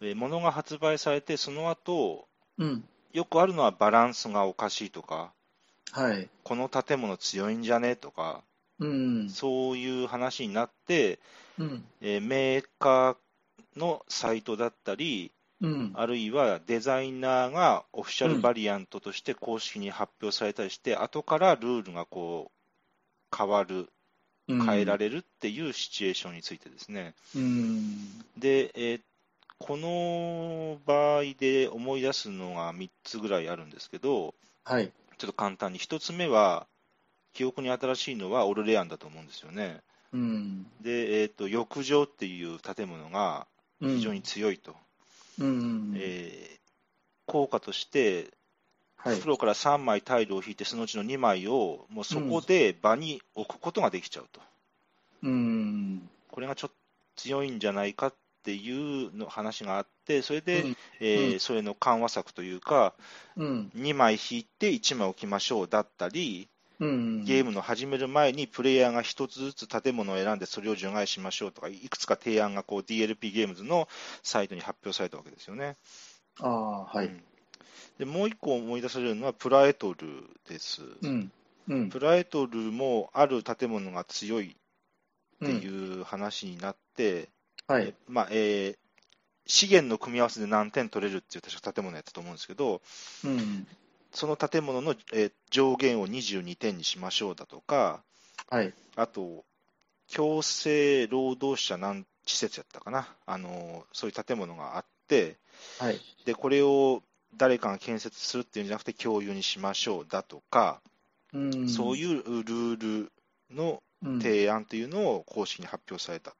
えー物が発売されて、その後うん。よくあるのはバランスがおかしいとか、はい。この建物強いんじゃねとか、うん。そういう話になって、うん。えーメーカーのサイトだったり、うん。あるいはデザイナーがオフィシャルバリアントとして公式に発表されたりして、後からルールがこう変わる、変えられるっていうシチュエーションについてですね。うん。で、えーこの場合で思い出すのが3つぐらいあるんですけど、はい。ちょっと簡単に、1つ目は、記憶に新しいのはオルレアンだと思うんですよね。うん。で、えー、と浴場っていう建物が非常に強いと、うん。えー効果として、はい風。呂から3枚タイルを引いて、そのうちの2枚をもうそこで場に置くことができちゃうと、うん。これがちょっと強いんじゃないかっていうの話があって、それで、うんえーうそれの緩和策というか、うん。 2枚引いて1枚置きましょうだったり、うん。ゲームの始める前にプレイヤーが1つずつ建物を選んでそれを除外しましょうとか、いくつか提案がこう DLP ゲームズのサイトに発表されたわけですよね。ああ、はうい。んでもう一個思い出されるのはプラエトルです。うん。うん。プラエトルもある建物が強いってうん。いう話になって、はい。まあえー資源の組み合わせで何点取れるっていう確か建物やったと思うんですけど、うん。その建物の、えー上限を22点にしましょうだとか、はい。あと、強制労働者なん施設やったかな、あのーそういう建物があって、はい。でこれを誰かが建設するっていうんじゃなくて、共有にしましょうだとか、うん。そういうルールのうん。提案というのを公式に発表されたっ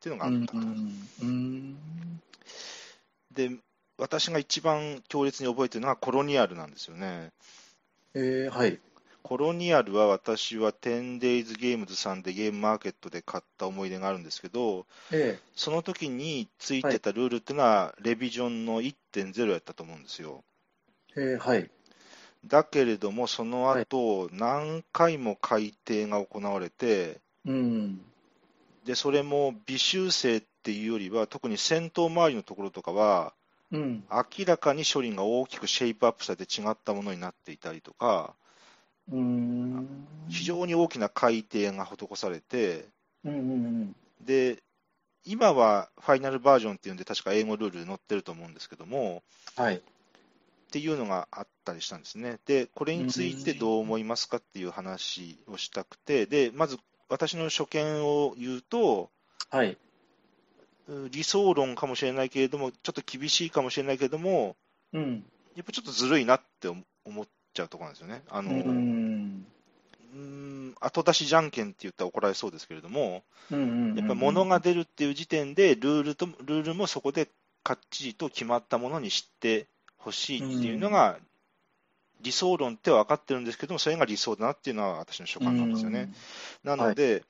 ていうのがあうっんたと。うん。で私が一番強烈に覚えてるのがコロニアルなんですよね。えー、はい。コロニアルは私は 10days ゲームズさんでゲームマーケットで買った思い出があるんですけど、えその時についてたルールっていうのは、レビジョンの1.0やったと思うんですよ。ー、えー、はい。だけれども、その後、何回も改定が行われて、うん。でそれも微修正っていうよりは、特に戦闘周りのところとかは、うん。明らかに処理が大きくシェイプアップされて違ったものになっていたりとか、うん。非常に大きな改定が施されて、うんうんで、今はファイナルバージョンっていうんで、確か英語ルール載ってると思うんですけども、うん。はい。っていうのがあったりしたんですね。で、これについてどう思いますかっていう話をしたくて、で、まず私の所見を言うと、はい。うん理想論かもしれないけれども、ちょっと厳しいかもしれないけれども、うん。やっぱちょっとずるいなって思思っちゃうところなんですよね。あの、うん。うーん後出しじゃんけんって言ったら怒られそうですけれども、うん。やっぱり物が出るっていう時点でルールと、ルールもそこでかっちりと決まったものにしてほしいっていうのが、理想論っては分かってるんですけども、それが理想だなっていうのは私の所感なんですよね。。なので、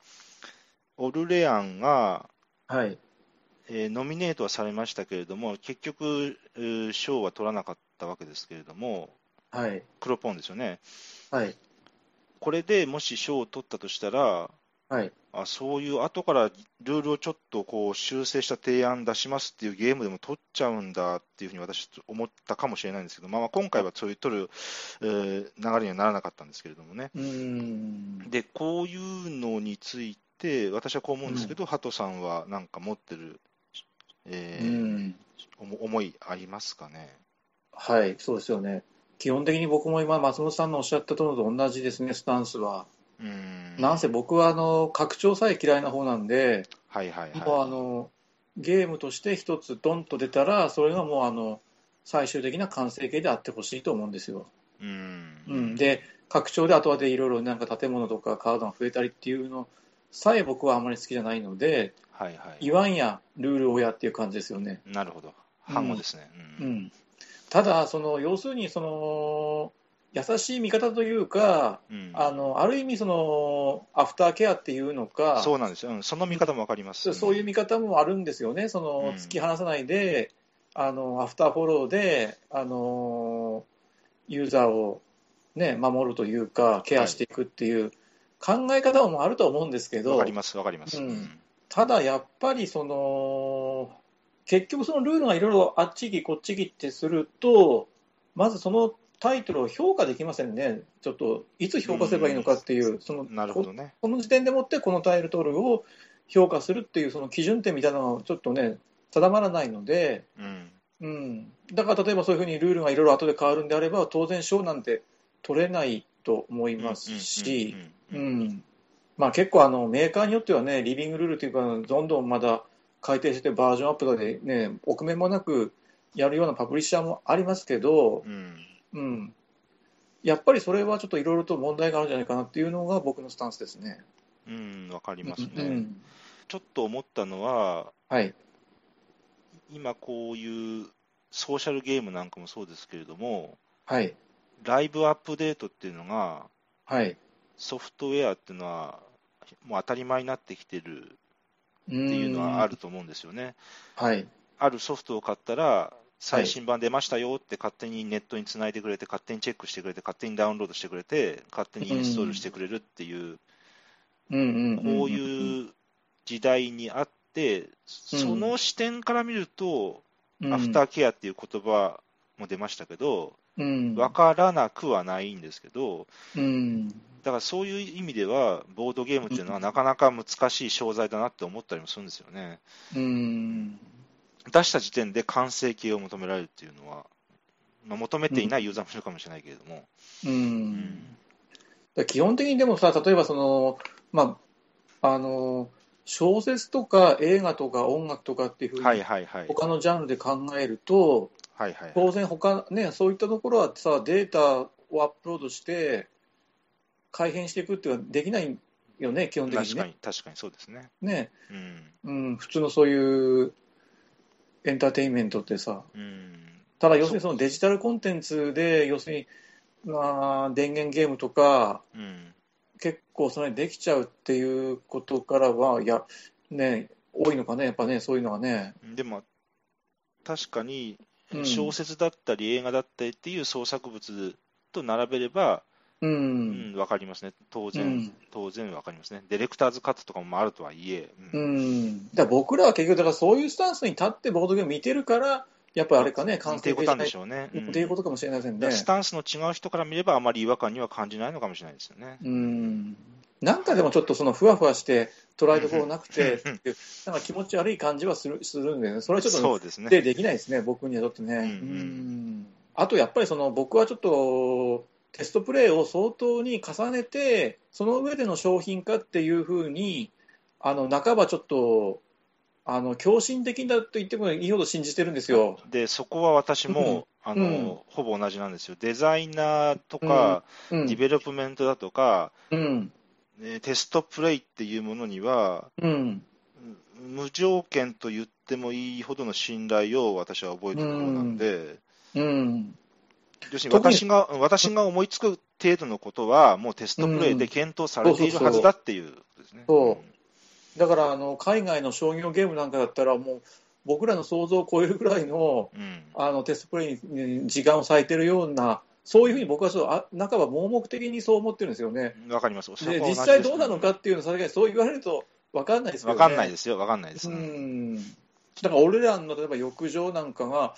オルレアンが、はい。えーノミネートはされましたけれども、結局、えー賞は取らなかったわけですけれども、はい。黒ポンですよね。はい。これでもし賞を取ったとしたら、はい。あそういう後からルールをちょっとこう修正した提案出しますっていうゲームでも取っちゃうんだっていうふうに私、思ったかもしれないんですけど、まあ、まあ今回はそういう取る、えー流れにはならなかったんですけれどもね。うん。で、こういうのについて、私はこう思うんですけど、ハトさんはなんか持ってる、えうーん。おも思いありますかね。はい。そうですよね。基本的に僕も今、松本さんのおっしゃったとのと同じですね、スタンスは。うーんなんせ僕は、あの、拡張さえ嫌いな方なんで、はいはいはい。もうあの、ゲームとして一つドンと出たら、それがもうあの、最終的な完成形であってほしいと思うんですよ。うーんうん、で拡張で後々いろいろなんか建物とかカードが増えたりっていうのさえ僕はあまり好きじゃないのではいはい。言わんやルールをやっていう感じですよね。なるほど。反語ですね。ううんん、ただその要するにその優しい見方というかうんあのある意味そのアフターケアっていうのかそうなんですよ、うん、その見方もわかります。そういうう見方もあるんですよねそのうん突き放さないであのアフターフォローであのユーザーを、ね、守るというかケアしていくっていう考え方もあると思うんですけんわどかります、わかります。うんただやっぱりその結局そのルールがいろいろあっちぎこっちぎってすると、まずそのタイトルを評価できませんね、ちょっといつ評価すればいいのかっていう、そのなるほどね。この時点でもってこのタイトルを評価するっていうその基準点みたいなのがちょっとね定まらないので、うん。うん、だから例えばそういうふうにルールがいろいろ後で変わるんであれば当然賞なんて取れないと思いますし、ううんんまあ、結構あのメーカーによってはねリビングルールというかどんどんまだ改定してバージョンアップとかでね臆面もなくやるようなパブリッシャーもありますけどう、ん。うん、やっぱりそれはちょっといろいろと問題があるんじゃないかなっていうのが僕のスタンスですね。うん、わかりますね。うんちょっと思ったのは、はい、今こういうソーシャルゲームなんかもそうですけれども、はい、ライブアップデートっていうのが、はい。ソフトウェアっていうのは、もう当たり前になってきてるってっていうのはある。と思うんですよね。はい、あるソフトを買ったら、最新版出ましたよって勝手にネットにつないでくれて、勝手にチェックしてくれて、勝手にダウンロードしてくれて、勝手にインストールしてくれるっていう、うんうんんんこういう時代にあって、その視点から見ると、アフターケアっていう言葉も出ましたけど、うん、わからなくはないんですけど、うん、だからそういう意味では、ボードゲームっていうのはなかなか難しい商材だなって思ったりもするんですよね。うん、出した時点で完成形を求められるっていうのは、まあ、求めていないユーザーもいるかもしれないけれども、ううんん。だから基本的にでもさ、例えばその、まあ、あの、小説とか映画とか音楽とかっていうふうはいに、はいはい、他のジャンルで考えると、はいはい、当然他、ね、そういったところはさ、データをアップロードして、改変していくっていうのはできないよね、基本的確にかね。に、確かにそうですね。ね、うんうん、普通のそういうエンターテインメントってさ、うんただ要するにそのデジタルコンテンツで、要するに、まあ、電源ゲームとか、うん結構それできちゃうっていうことからは、いや、ね、多いのかね、やっぱね、そういうのはね。でも、確かにうん小説だったり映画だったりっていう創作物と並べれば、う。うんん、分かりますね、当然、うん当然分かりますね、ディレクターズカットとかもあるとはいえ、ううんん。だから僕らは結局、だからそういうスタンスに立ってボードゲーム見てるから、やっぱりあれかね、完ってい成うこ形とじなゃんなでいしょうね。うんっていうことかもしれませんだから。ねスタンスの違う人から見れば、あまり違和感には感じないのかもしれないですよね。うん。なんかでもちょっとそのふわふわして、捉えどころなくてっていう、なんか気持ち悪い感じはするするんだよね。それはちょっとねそうですね。でできないですね、僕にはちょっとね。んうんうんあとやっぱりその僕はちょっとテストプレイを相当に重ねて、その上での商品化っていうふうに、あの半ばちょっと、あの強心的だと言ってもいいほど信じてるんですよ。で、そこは私も、あの、ほぼ同じなんですよ。デザイナーとか、うディん、ベロップメントだとか、うん、えーテストプレイっていうものには、うん、うん無条件と言ってもいいほどの信頼を私は覚えてる方なんで、うん、要するに私が私が思いつく程度のことは、もうテストプレイで検討されているはずだっていうことですね。そうだからあの海外の商業ゲームなんかだったら、もう僕らの想像を超えるぐらいのうんうんあのテストプレイに時間を割いてるような、そういうふうに僕はちょっとあ半ば盲目的にそう思ってるんですよね。わかります。で実際どうなのかっていうのは、さすがにそう言われると分かんないですよわね。かんないですよ、わかんないです。うんだから俺らの例えば浴場なんかが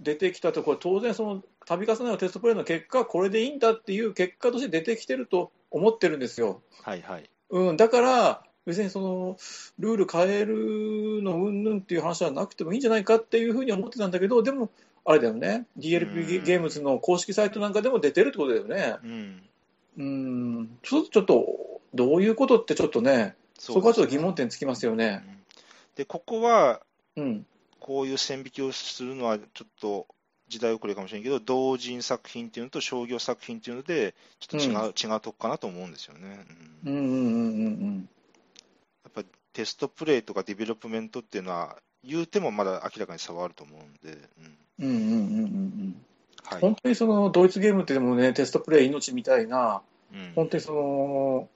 出てきたところ、当然、その度重なるテストプレイの結果、これでいいんだっていう結果として出てきてると思ってるんですよ。はいはい。うん、だから、別にそのルール変えるのうんぬんっていう話はなくてもいいんじゃないかっていうふうに思ってたんだけど、でも、あれだよね、DLP ゲうんゲームズの公式サイトなんかでも出てるってことだよね。うん。うん、ちょっと、ちょっとどういうことってちょっとね、そこはちょっと疑問点つきますようね。んで、ここは、うん、こういう線引きをするのはちょっと時代遅れかもしれないけど、同人作品っていうのと商業作品っていうので、ちょっと違う、違うとこかなと思うんですよね。ううんん、うん、うん、やっぱりテストプレイとかディベロップメントっていうのは、言うてもまだ明らかに差はあると思うんで、うんうん、うん、うん、うん、うんうん。はい。本当にそのドイツゲームってでもね、テストプレイ命みたいな、うん本当にその、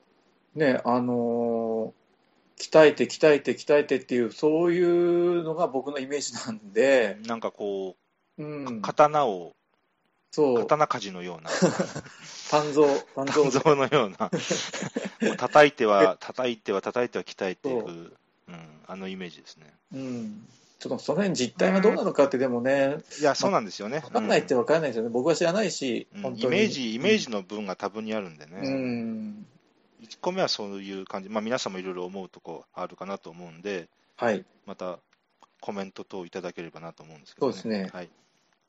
ね、あの鍛えて鍛えて鍛えてっていう、そういうのが僕のイメージなんで、なんかこうう、ん、刀を、そう、刀鍛冶の ような、鍛造、鍛造鍛造のような、もう叩 いては、叩いては、叩いては鍛えていく、うん、あのイメージですね。うん、ちょっとその辺実態がどうなのかって、でもね、いや、そうなんですよね。分かんないって分かんないですよね、僕は知らないし、うん本当にイメージ、イメージの分が多分にあるんでね。うん、 1個目はそういう感じ、まあ、皆さんもいろいろ思うとこあるかなと思うんで、はい、またコメント等いただければなと思うんですけど、そうですねはい、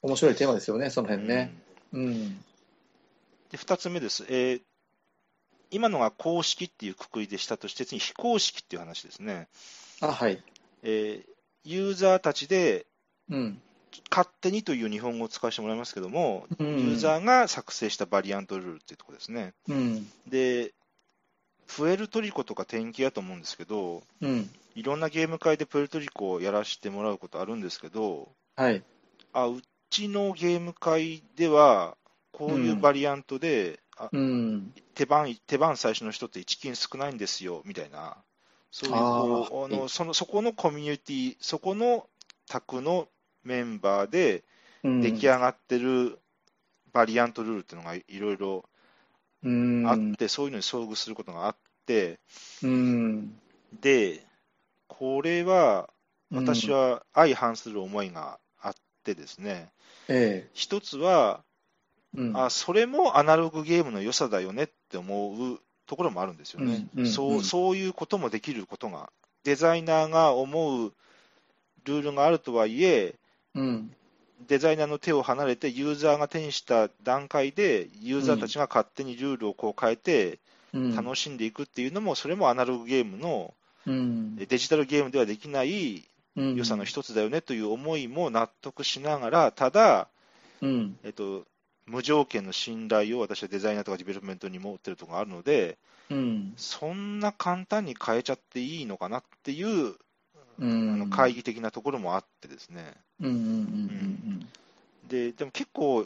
面白いテーマですよね、その辺ね。うん、うんで2つ目です、えー今のが公式っていうくくりでしたとして、次に非公式っていう話ですね、あはい、えーユーザーたちでうん、勝手にという日本語を使わせてもらいますけども、ユユーザーが作成したバリアントルールっていうところですね。うん、でプエルトリコとか転記だと思うんですけど、うん、いろんなゲーム会でプエルトリコをやらせてもらうことあるんですけど、はい、あうちのゲーム会では、こういうバリアントで、あうん、手番手番最初の人って1金少ないんですよみたいな、そういうあーこうあのそのそこのコミュニティ、そこの宅のメンバーでうん、出来上がってるバリアントルールっていうのがいろいろうん、あって、そういうのに遭遇することがあって、うん、で、これは私うん、は相反する思いがあってですね、え一つは、え、うん、あそれもアナログゲームの良さだよねって思うところもあるんですよね、うんうんそううんそういうこともできることが、デザイナーが思うルールがあるとはいえ、うん、デザイナーの手を離れて、ユーザーが手にした段階で、ユーザーたちが勝手にルールをこう変えて、うん、楽しんでいくっていうのも、それもアナログゲームの、うん、デジタルゲームではできないうん良さの一つだよねという思いも納得しながら、ただ、うん、えっと、無条件の信頼を私はデザイナーとかディベロップメントに持ってるところがあるので、うん、そんな簡単に変えちゃっていいのかなっていう、うんあの会議的なところもあってですね、うん、うん、うん、ででも結構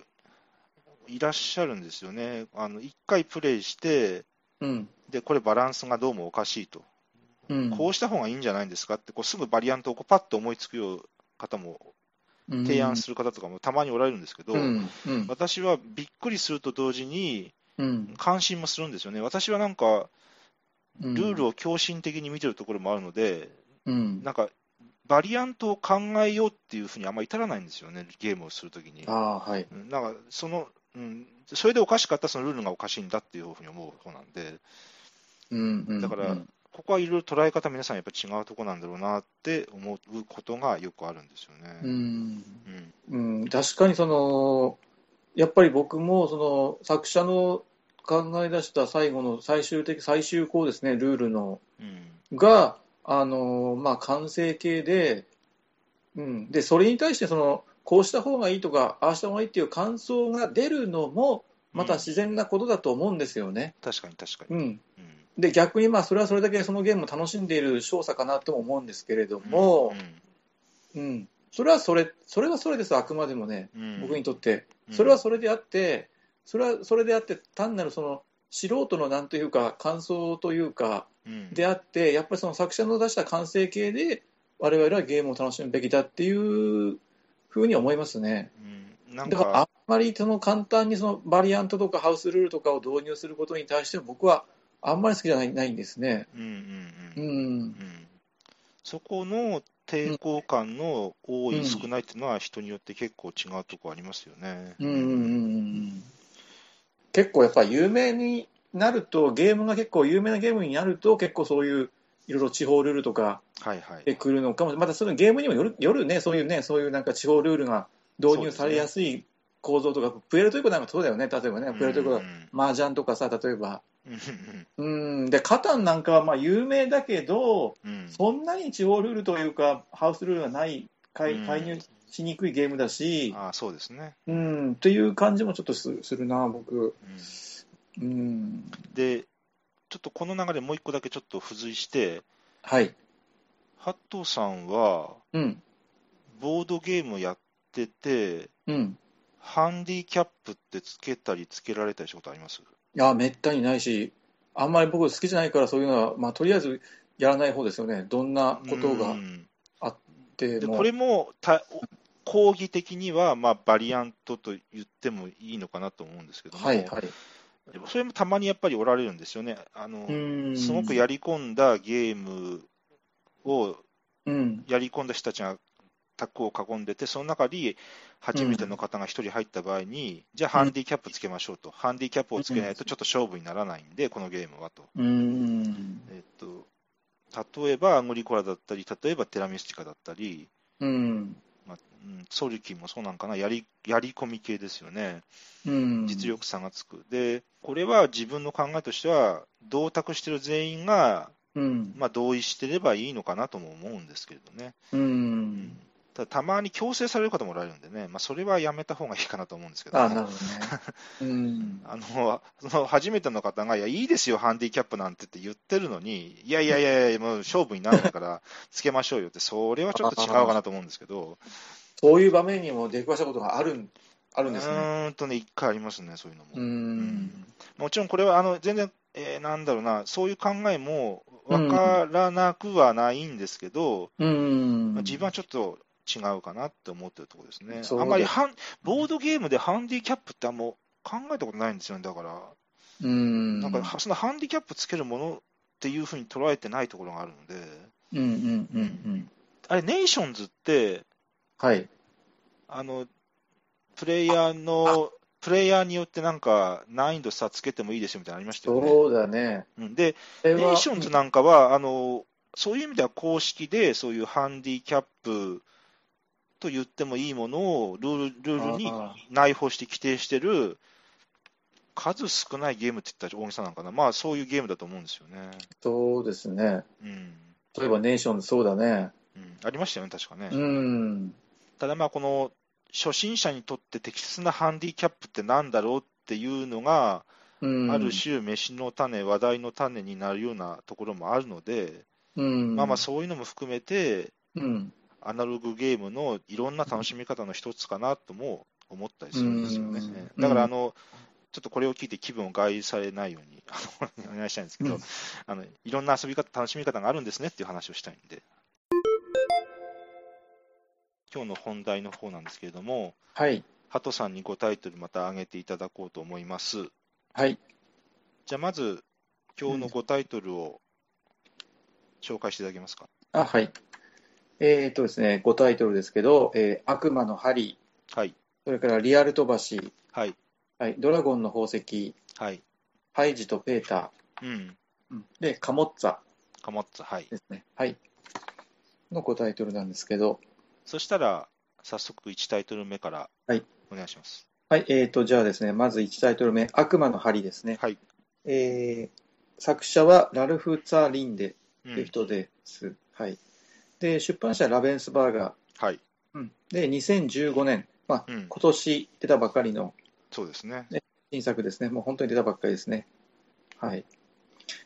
いらっしゃるんですよね、あの1回プレイしてうん、で、これバランスがどうもおかしいと、うん、こうした方がいいんじゃないんですかって、こうすぐバリアントをこうパッと思いつくよう方も、提案する方とかもたまにおられるんですけど、うん、うん、私はびっくりすると同時に、うん、関心もするんですよね、私はなんか、ルールを強心的に見てるところもあるので、うん、なんか、バリアントを考えようっていうふうにあんまり至らないんですよね、ゲームをするときにあ。あ、はい。うんなんか、その、うん、それでおかしかったらそのルールがおかしいんだっていうふうに思う方なんで、うんうんだからここはいろいろ捉え方、皆さんやっぱ違うとこなんだろうなって思うことがよくあるんですようね。んうんうん、確かにそのやっぱり僕もその作者の考え出した最後の最終的最終項ですねルールのうんがあの、まあ、完成形で,、うん、でそれに対してそのこうした方がいいとかああした方がいいっていう感想が出るのもまた自然なことだと思うんですよね。確かに確かうに。ん、うんで逆にまあそれはそれだけそのゲームを楽しんでいる勝者かなとも思うんですけれども、うん、それはそれそれはそれですあくまでもね。うんうん僕にとって、うんそれはそれであって、それはそれであって、単なるその素人のなんというか、感想というか、うんであって、やっぱりその作者の出した完成形で、我々はゲームを楽しむべきだっていうふうに思いますね。うんなんだからあかんまりその簡単にそのバリアントとかハウスルールとかを導入することに対して、僕はあんまり好きじゃないないんですね。うんうんうんうん、うんそこの抵抗感の多い、うん少ないっていうのは人によって結構違うとこありますよね。うんうんうんうん結構やっぱり有名になるとゲームが結構有名なゲームになると結構そういういろいろ地方ルールとかはいはい。でくるのかもまたそのゲームにもよるよるねそういうねそういうなんか地方ルールが導入されやすい構造とか、プエルトリコなんかそうだよね例えばねプエルトリコうんだ麻雀とかさ例えばうんうんうんでカタンなんかはまあ有名だけどうんうんそんなに地方ルールというかハウスルールがない介うん介入しにくいゲームだし、ああ、そうですね。うん、っていう感じもちょっとすするな、僕。うんうん。で、ちょっとこの流れ、もう一個だけちょっと付随して、はい。ハットさんは、うん。ボードゲームやってて、うん。ハンディキャップってつけたりつけられたりしたことありますいや、めったにないし、あんまり僕好きじゃないから、そういうのは、まあ、とりあえずやらない方ですよね。どんなことうがんででも。これもた講義的には、まあ、バリアントと言ってもいいのかなと思うんですけども、はい、はい。でもそれもたまにやっぱりおられるんですよね、あのうん。すごくやり込んだゲームをうん。やり込んだ人たちが卓を囲んでて、その中に初めての方が1人入った場合に、じゃあハンディキャップつけましょうと、ハンディキャップをつけないとちょっと勝負にならないんで、このゲームはと。うんえっと、例えばアングリコラだったり、例えばテラミスティカだったり、うんまあうん、ソルキンもそうなんかな、やりやり込み系ですよね、うん実力差がつく、でこれは自分の考えとしては、同卓してる全員が、うんまあ、同意してればいいのかなとも思うんですけれどね、ううんんただたまに強制される方もおられるんでね、まあ、それはやめた方がいいかなと思うんですけど、あなるほどねうんあの その初めての方が、いや、いいですよ、ハンディキャップなんてって言ってるのに、いやいやいやいや、もう勝負になるんだから、つけましょうよって、それはちょっと違うかなと思うんですけど、そういう場面にも出くわしたことがあるんあうるんですねーんとね、一回ありますね、そういうのも。うんもちろんこれはあの全然、えーなんだろうな、そういう考えも分からなくはないんですけど、うんまあ自分はちょっと違うかなって思ってるところですね。そうですあんまりハンボードゲームでハンディキャップってあんま考えたことないんですよね、だから、うんなんかはそのハンディキャップつけるものっていうふうに捉えてないところがあるので、うんうんうんうんあれ、ネーションズって、はいあのプレイヤーの、プレイヤーによってなんか難易度差つけてもいいですよみたいなのありましたよね。そうだねうん、でこれネはーションズなんかは、あのそういう意味では公式で、そういうハンディキャップと言ってもいいものをルールルールにあ内包して規定してる、数少ないゲームって言ったら大げさなんかな、まあそういうゲームだと思うんですよね。そうですねうん例えばネーションズそうだねうん、ありましたよね、確かね。うんただまあ、この初心者にとって適切なハンディキャップってなんだろうっていうのが、うんある種、飯の種、話題の種になるようなところもあるので、うんまあまあそういうのも含めて、うんアナログゲームのいろんな楽しみ方の一つかなとも思ったりするんですよね。うんだからあの、ちょっとこれを聞いて気分を害されないようにあのお願いしたいんですけど、うん あの、いろんな遊び方、楽しみ方があるんですねっていう話をしたいんで。今日の本題の方なんですけれども、はいハトさんに5タイトルまた上げていただこうと思います。はいじゃあまず、今日の5タイトルを紹介していただけますか。あはいえっとですね5タイトルですけど「えー悪魔の針はい、」それから「リアル飛ばし」はい、はい「ドラゴンの宝石」はい。 「ハイジとペータうん、ー」で「カモッツァかまっつ、はい」。ですねはいの5タイトルなんですけどそしたら、早速1タイトル目からはいお願いします。はいえっとじゃあですねまず1タイトル目「悪魔の針」ですねはい。えー作者はラルフ・ツァー・リンデうんという人です、はいで出版社はラベンスバーガーはい。うんで2015年、まあうん今年出たばかりのそうですね。新作ですね、もう本当に出たばっかりですね。はい、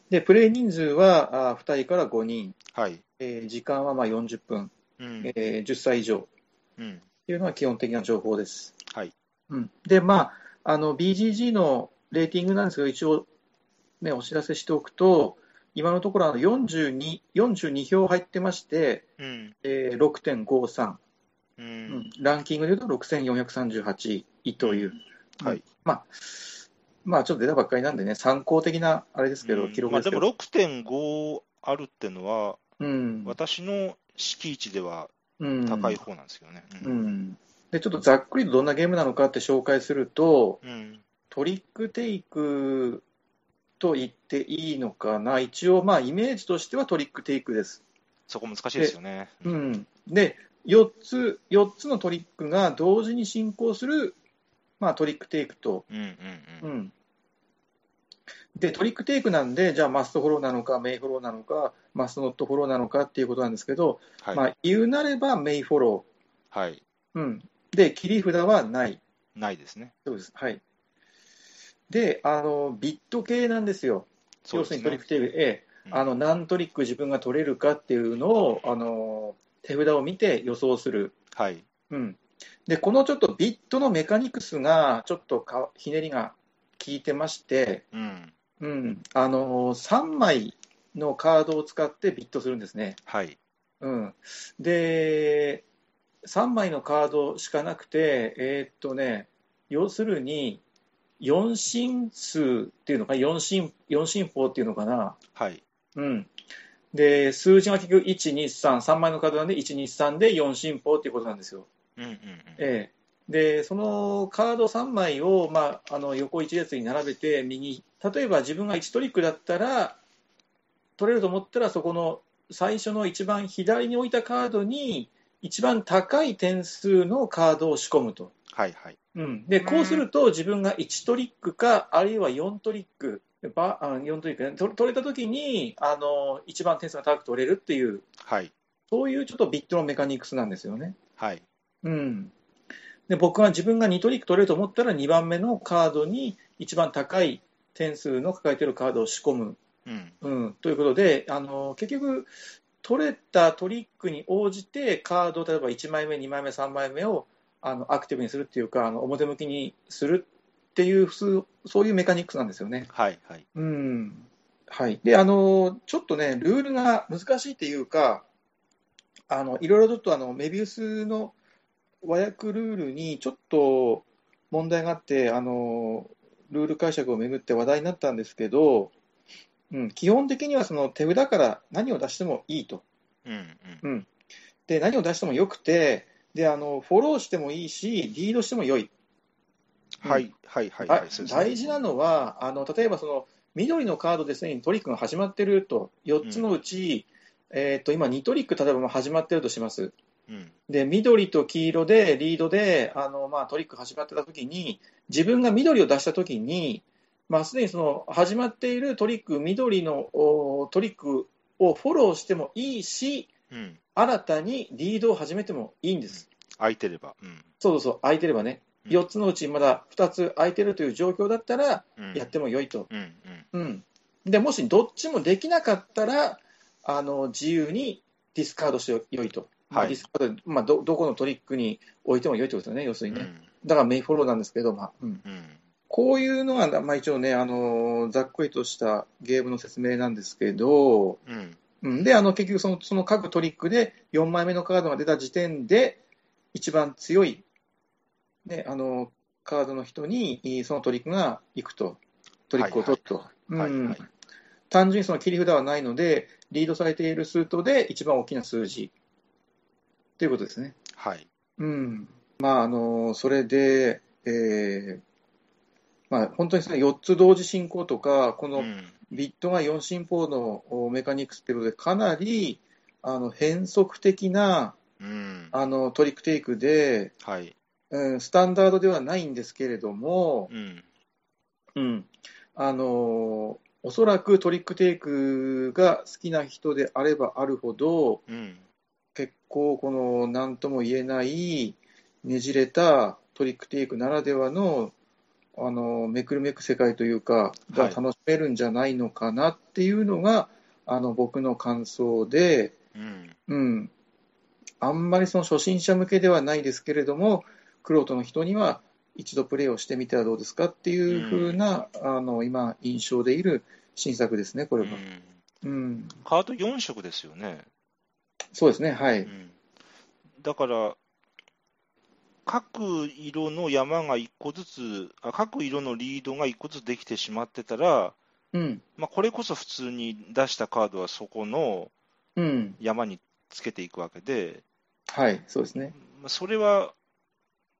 でプレイ人数はあ2人から5人、はい。えー時間はまあ40分、うん。えー10歳以上うん。というのが基本的な情報です。はい。うん、で、まあ、あの BGG のレーティングなんですけど、一応、ね、お知らせしておくと、今のところあの 42, 42票入ってまして、うん。えー6.53。ううんん。ランキングでいうと6438位という、はい。まあ、まあ、ちょっと出たばっかりなんでね、参考的なあれですけど、うん記録まあ、でですけもど、 6.5あるってのは、うん私の敷地ではうん高い方なんですけどね。ううん。んで、ちょっとざっくりとどんなゲームなのかって紹介すると、うん。トリックテイクと言っていいのかな、一応、まあ、イメージとしてはトリックテイクです。そこ難しいですよね。ううんん、で4つ、4つのトリックが同時に進行する、まあ、トリックテイクとうんう。うんん、でトリックテイクなんで、じゃあマストフォローなのか、メイフォローなのか、マストノットフォローなのかっていうことなんですけど、まはい。あ、言うなればメイフォロはい。ー、うん、で切り札はない、ないですね。そうです、はい、であのビット系なんですよ、そう要ですするにトリッねク。テイク、ええうんあの何トリック自分が取れるかっていうのをあの手札を見て予想する。はい。うん、でこのちょっとビットのメカニクスがちょっとかひねりが効いてまして、うん。うん、あの3枚のカードを使ってビットするんですね。はい。うん、で、3枚のカードしかなくて、えーっとね、要するに、4進数っていうのか、4進、4進法っていうのかな、はい。うん、で、数字が結局、1、2、3、3枚のカードなんで、1、2、3で4進歩っていうことなんですよ。うんうんうんええ、でそのカード3枚を、まあ、あの横一列に並べて右例えば自分が1トリックだったら取れると思ったらそこの最初の一番左に置いたカードに一番高い点数のカードを仕込むと、はいはい。うん、でこうすると自分が1トリックかあるいは4トリックばあ4トリックね、と取れた時にあの一番点数が高く取れるっていうはい。そういうちょっとビットのメカニクスなんですよね。はい。うん、で僕は自分が2トリック取れると思ったら2番目のカードに一番高い点数の抱えているカードを仕込む、うん。うん、ということであの結局取れたトリックに応じてカードを例えば1枚目2枚目3枚目をあのアクティブにするっていうかあの表向きにするっていう普通そういうメカニクスなんですよね。はいはい。うんはい、であのちょっとね、ルールが難しいっていうか、あのいろいろちょっとあのメビウスの和訳ルールにちょっと問題があって、あのルール解釈をめぐって話題になったんですけど、うん、基本的にはその手札から何を出してもいいと、うんうん。で何を出してもよくてであの、フォローしてもいいし、リードしてもよい、うんはいはいはいあはい。そうですね大事なのはあの例えばその緑のカードですでにトリックが始まってると4つのうち、えー、と今2トリック例えばもう始まってるとしますうん。で緑と黄色でリードであの、まあ、トリック始まってた時に自分が緑を出した時に、まあ、すでにその始まっているトリック緑のおトリックをフォローしてもいいしうん。新たにリードを始めてもいいんです。空いてれば。うん。そうそうそう空いてればねうん4つのうちまだ2つ空いてるという状況だったらうんやっても良いと、うんうん。うん、でもしどっちもできなかったらあの自由にディスカードしてよいと、まあはいディスカード、まあ、どどこのトリックに置いても良いということですよね、要すうるんにね、だからメインフォローなんですけど、まあうん、うん。こういうのが、まあ、一応ね、あのざっくりとしたゲームの説明なんですけど、うん。うん、であの結局その、その各トリックで4枚目のカードが出た時点で、一番強い、ね、あのカードの人にいそのトリックがいくと、トリックを取ると。はいうんはい。単純にその切り札はないので、リードされている数とで一番大きな数字ということですね。はい。うん。まあ、あの、それで、えーまあ、本当にその4つ同時進行とか、こうのん。ビットが4進法のおメカニクスということで、かなりあの変則的なうん。あのトリックテイクで、はい。うん、スタンダードではないんですけれども、うん。うん、あのおそらくトリックテイクが好きな人であればあるほどうん。結構この何とも言えないねじれたトリックテイクならではのあのめくるめく世界というかがはい楽しめるんじゃないのかなっていうのが、あの僕の感想で、うん。うん、あんまりその初心者向けではないですけれども、クロートの人には一度プレイをしてみてはどうですかっていう風な、あの今、印象でいる新作ですね、こうれは。んうん、カード4色ですよね。そうですね、はうい。ん。だから、各色の山が1個ずつ、あ各色のリードが1個ずつできてしまってたら、うん、まあ、これこそ普通に出したカードはそこのうん、山につけていくわけで、はい、そうですね。まあ、それは、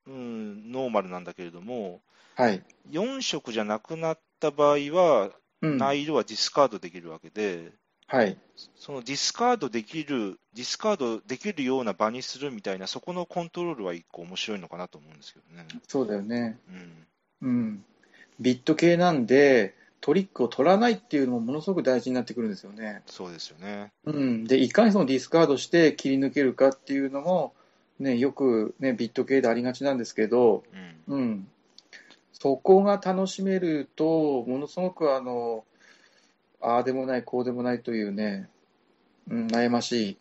うん、ノーマルなんだけれども、はい。 4色じゃなくなった場合は、うん、難易度はディスカードできるわけで、はい。そのディスカードできる、ディスカードできるような場にするみたいな、そこのコントロールは一個面白いのかなと思うんですけどね。そうだよね。うん、うん。ビット系なんで、トリックを取らないっていうのもものすごく大事になってくるんですよね。そうですよね。うん、でいかにそのディスカードして切り抜けるかっていうのも、ね、よく、ね、ビット系でありがちなんですけど、うん、うん、そこが楽しめるとものすごくあのああでもないこうでもないというね、うん、悩ましい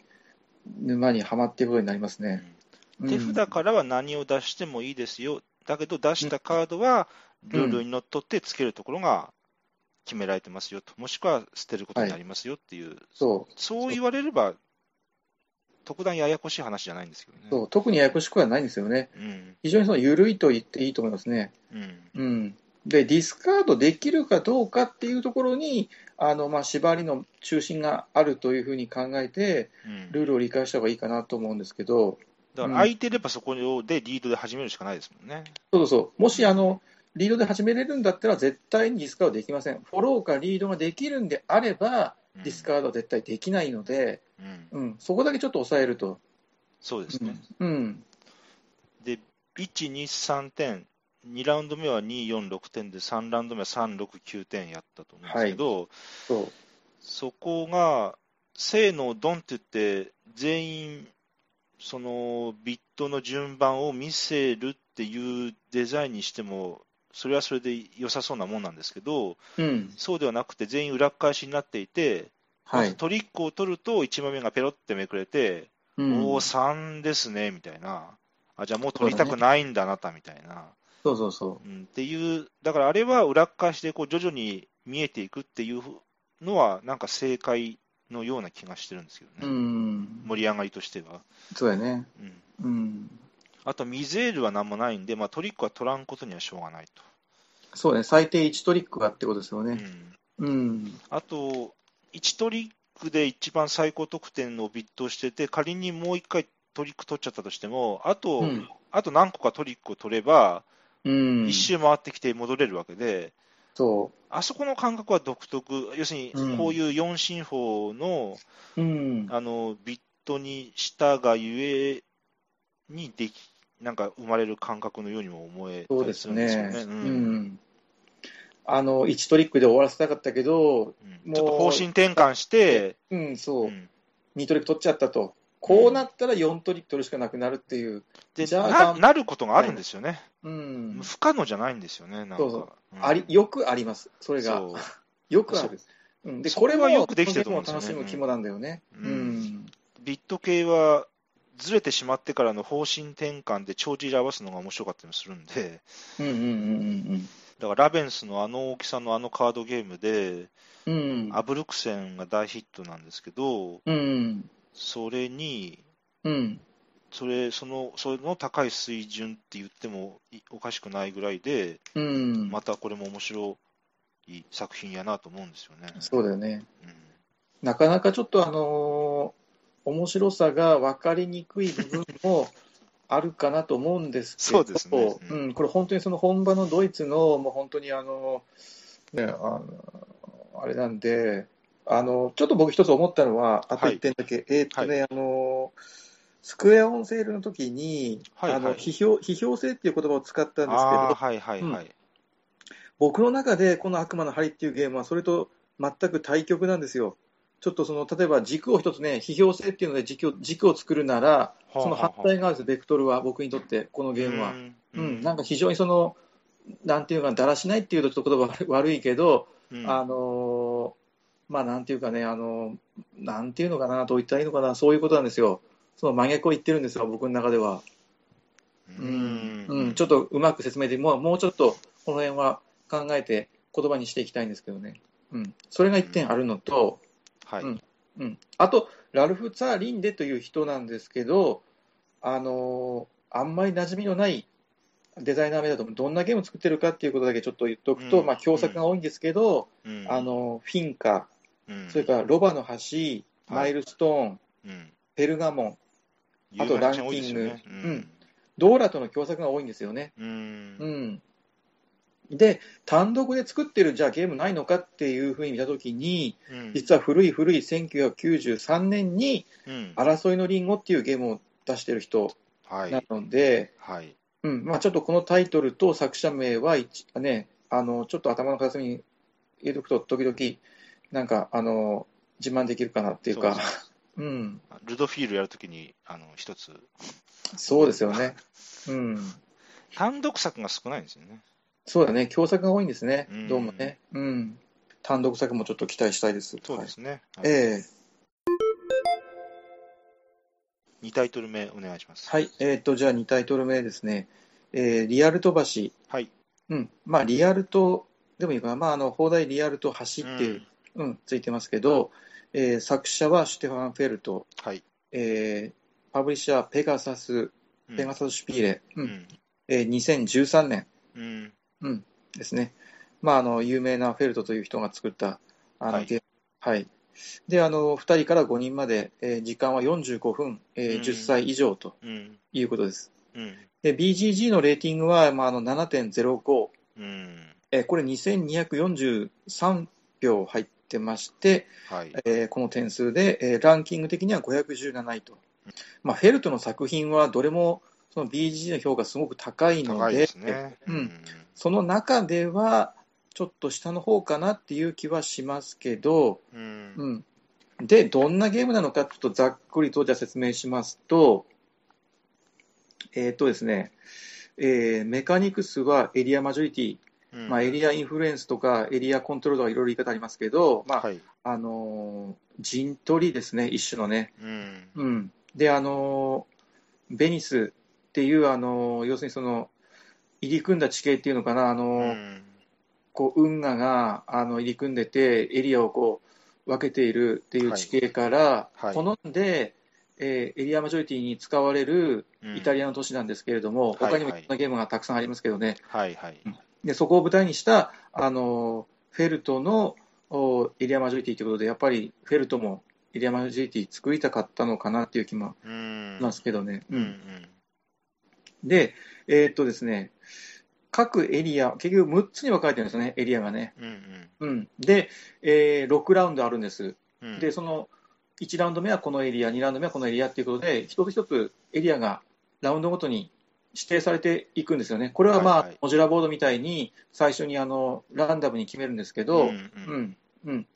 沼にはまっていくことになりますね。うん手札からは何を出してもいいですよ、だけど出したカードはルールにのっとってつけるところが決められてますよと、もしくは捨てることになりますよっていう、そうそう言われれば、特段ややこしい話じゃないんですけどね。そう特にややこしくはないんですよね。うん非常にその緩いと言っていいと思いますね。うんうん、で、ディスカードできるかどうかっていうところに、あのまあ、縛りの中心があるというふうに考えて、うんルールを理解した方がいいかなと思うんですけど、だから空いてればそこでリードで始めるしかないですもんね。そうそう、もしあのリードで始めれるんだったら、絶対にディスカードできません。フォローかリードができるんであれうば、んディスカードは絶対できないので、うん、うん、そこだけちょっと抑えると。そうですね。うん、で、1、2、3点、2ラウンド目は2、4、6点で、3ラウンド目は3、6、9点やったと思うんですけど、そう。そこが、せーの、ドンって言って、全員、そのビットの順番を見せるっていうデザインにしても、それはそれで良さそうなもんなんですけど、うん、そうではなくて、全員裏返しになっていて、まはずい。トリックを取ると、1枚目がペロってめくれて、うんおお、そ3ですね、みたいな。あじゃあもう取りたくないんだ、あなたみたいな、うそうそう。うん。っていう、だからあれは裏返しでこう徐々に見えていくっていうのは、なんか正解のような気がしてるんですけうどね、ん、盛り上がりとしては。そうやね。うん、うん、あと、ミゼールは何もないんで、まあ、トリックは取らんことにはしょうがないと。そうね、最低1トリックがってことですようね。ん、うん、あと、1トリックで一番最高得点をビットしてて、仮にもう1回トリック取っちゃったとしても、あと、うんあと何個かトリックを取れば、うん一、周回ってきて戻れるわけで、そあそこの感覚は独特、要するにうんこういう4進法の,、う、うん、あのビットにしたがゆえにでき、なんか生まれる感覚のようにも思えそうたでりすするんですよねね。。ううんん、あの1トリックで終わらせたかったけど、うんちょっと方針転換して、うん、そうう、ん2トリック取っちゃったと、こうなったら4トリック取るしかなくなるっていう、でじゃあながんなることがあるんですよね、うん、不可能じゃないんですよね、なんか。そうそううんありよくあります、それがそ。うよくある。うん、でそここれははよくできてると思うんですよ楽ねしむ肝なんだよね。ううんん、ビット系はずれてしまってからの方針転換で帳尻合わすのが面白かったりもするんで。うん、うん、うん、だからラベンスのあの大きさのあのカードゲームで、うん、うん、アブルクセンが大ヒットなんですけど、うん、それに、うん、それそのそれの高い水準って言ってもいおかしくないぐらいで、うん、またこれも面白い作品やなと思うんですよね。そうだよね。うんなかなかちょっとあのー面白さが分かりにくい部分もあるかなと思うんですけど、そうですねううんん、これ本当にその本場のドイツの、もう本当にあの、ね、あのあれなんで、あの、ちょっと僕一つ思ったのは、あと一点だけ、えーっとね、あの、スクエアオンセールの時に、はいあはの、い批評、批評性っていう言葉を使ったんですけああ、ど、はいはいはい。僕の中でこの悪魔の針っていうゲームはそれと全く対極なんですよ。ちょっとその例えば軸を一つね、批評性っていうので軸を軸を作るなら、あその反対側です、ベクトルは、僕にとって、このゲームは。うん、なんか、か非常にその、なんていうか、だらしないっていうとちょっと言葉悪い 悪いけど、うんあのーまあなんていうかね、あのーなんていうのかな、どう言ったらいいのかな、そういうことなんですよ。その真逆を言ってるんですよ、僕の中では。うんうん、ちょっとうまく説明でもうもうちょっとこの辺は考えて言葉にしていきたいんですけどね、うん、それが1点あるのと、はい、うんうん、あとラルフ・ツァー・リンデという人なんですけど、あのーあんまり馴染みのないデザイナー名だと思うどんなゲームを作ってるかっていうことだけちょっと言っておくと、うんまあ、共作が多いんですけど、うんあ、のフィンカうんそれからロバの橋マイルストーン、うんペルガモンあとランキングうんドーラとの共作が多いんですよね。うんうんうん、で単独で作ってるじゃあゲームないのかっていうふうに見たときにうん実は古い古い1993年にうん「争いのリンゴ」っていうゲームを出してる人はいなので、はいうんまあ、ちょっとこのタイトルと作者名は一、ね、あのちょっと頭の片隅に入れとくと時々なんかあの自慢できるかなっていうかそううん、ルドフィールやるときに、あの一つ、そうですよね、うん、単独作が少ないんですよね。そうだね共作が多いんですねうんどうもね、うん、単独作もちょっと期待したいです。そうですね。はいええ2タイトル目、お願いします。はい、えー、とじゃあ2タイトル目ですね、えーリアルト橋、はい。うんまあ、リアルトでもいいかな、まあ、あの放題リアルト橋っていう、うんついてますけど、えー作者はシュテファン・フェルト、はい。えーパブリッシャー、ペガサス、うんペガサス・シュピーレ、ううんん。えー2013年、うん。うんですね、まあ、あの有名なフェルトという人が作ったあの、はいゲームはい、であの2人から5人まで、えー時間は45分、えーうん10歳以上とうん、いうことです。うん、で BGG のレーティングは、まあ、あの7.05、うん、えーこれ2243票入ってまして、はい、えーこの点数で、えーランキング的には517位と、まあ、フェルトの作品はどれもその BGG の評価すごく高いの高いでですね。うんその中ではちょっと下の方かなっていう気はしますけど、うん、うん、うん、でどんなゲームなのかちょっとざっくりとじゃあ説明しますと,、えーっとですねえーメカニクスはエリアマジョリティ、うんまあ、エリアインフルエンスとかエリアコントロールとかいろいろ言い方ありますけど、まあはい、あのー陣取りですね、一種のね。うん、うん、で、あのーベニスっていう、あのー要するにその入り組んだ地形っていうのかな、あのうーん、こう運河があの入り組んでて、エリアをこう分けているっていう地形から、はいはい好んで、えーエリアマジョリティに使われるイタリア、アの都市なんですけれども、い他にもいろんなゲームがたくさんありますけどね、はい、はい、でそこを舞台にした、あのフェルトのおエリアマジョリティということで、やっぱりフェルトもエリアマジョリティ作りたかったのかなっていう気もうんし、ますけどね。う、うんうんん、で、えーっとですね、各エリア、結局6つに分かれてるんですね、エリアがね。うん、うん、で、えー6ラウンドあるんです。うん、で、その1ラウンド目はこのエリア、2ラウンド目はこのエリアっていうことで、一つ一つエリアがラウンドごとに指定されていくんですよね。これはまあ、はいはいモジュラボードみたいに最初にあのランダムに決めるんですけうど、ん、う、うんん、うん。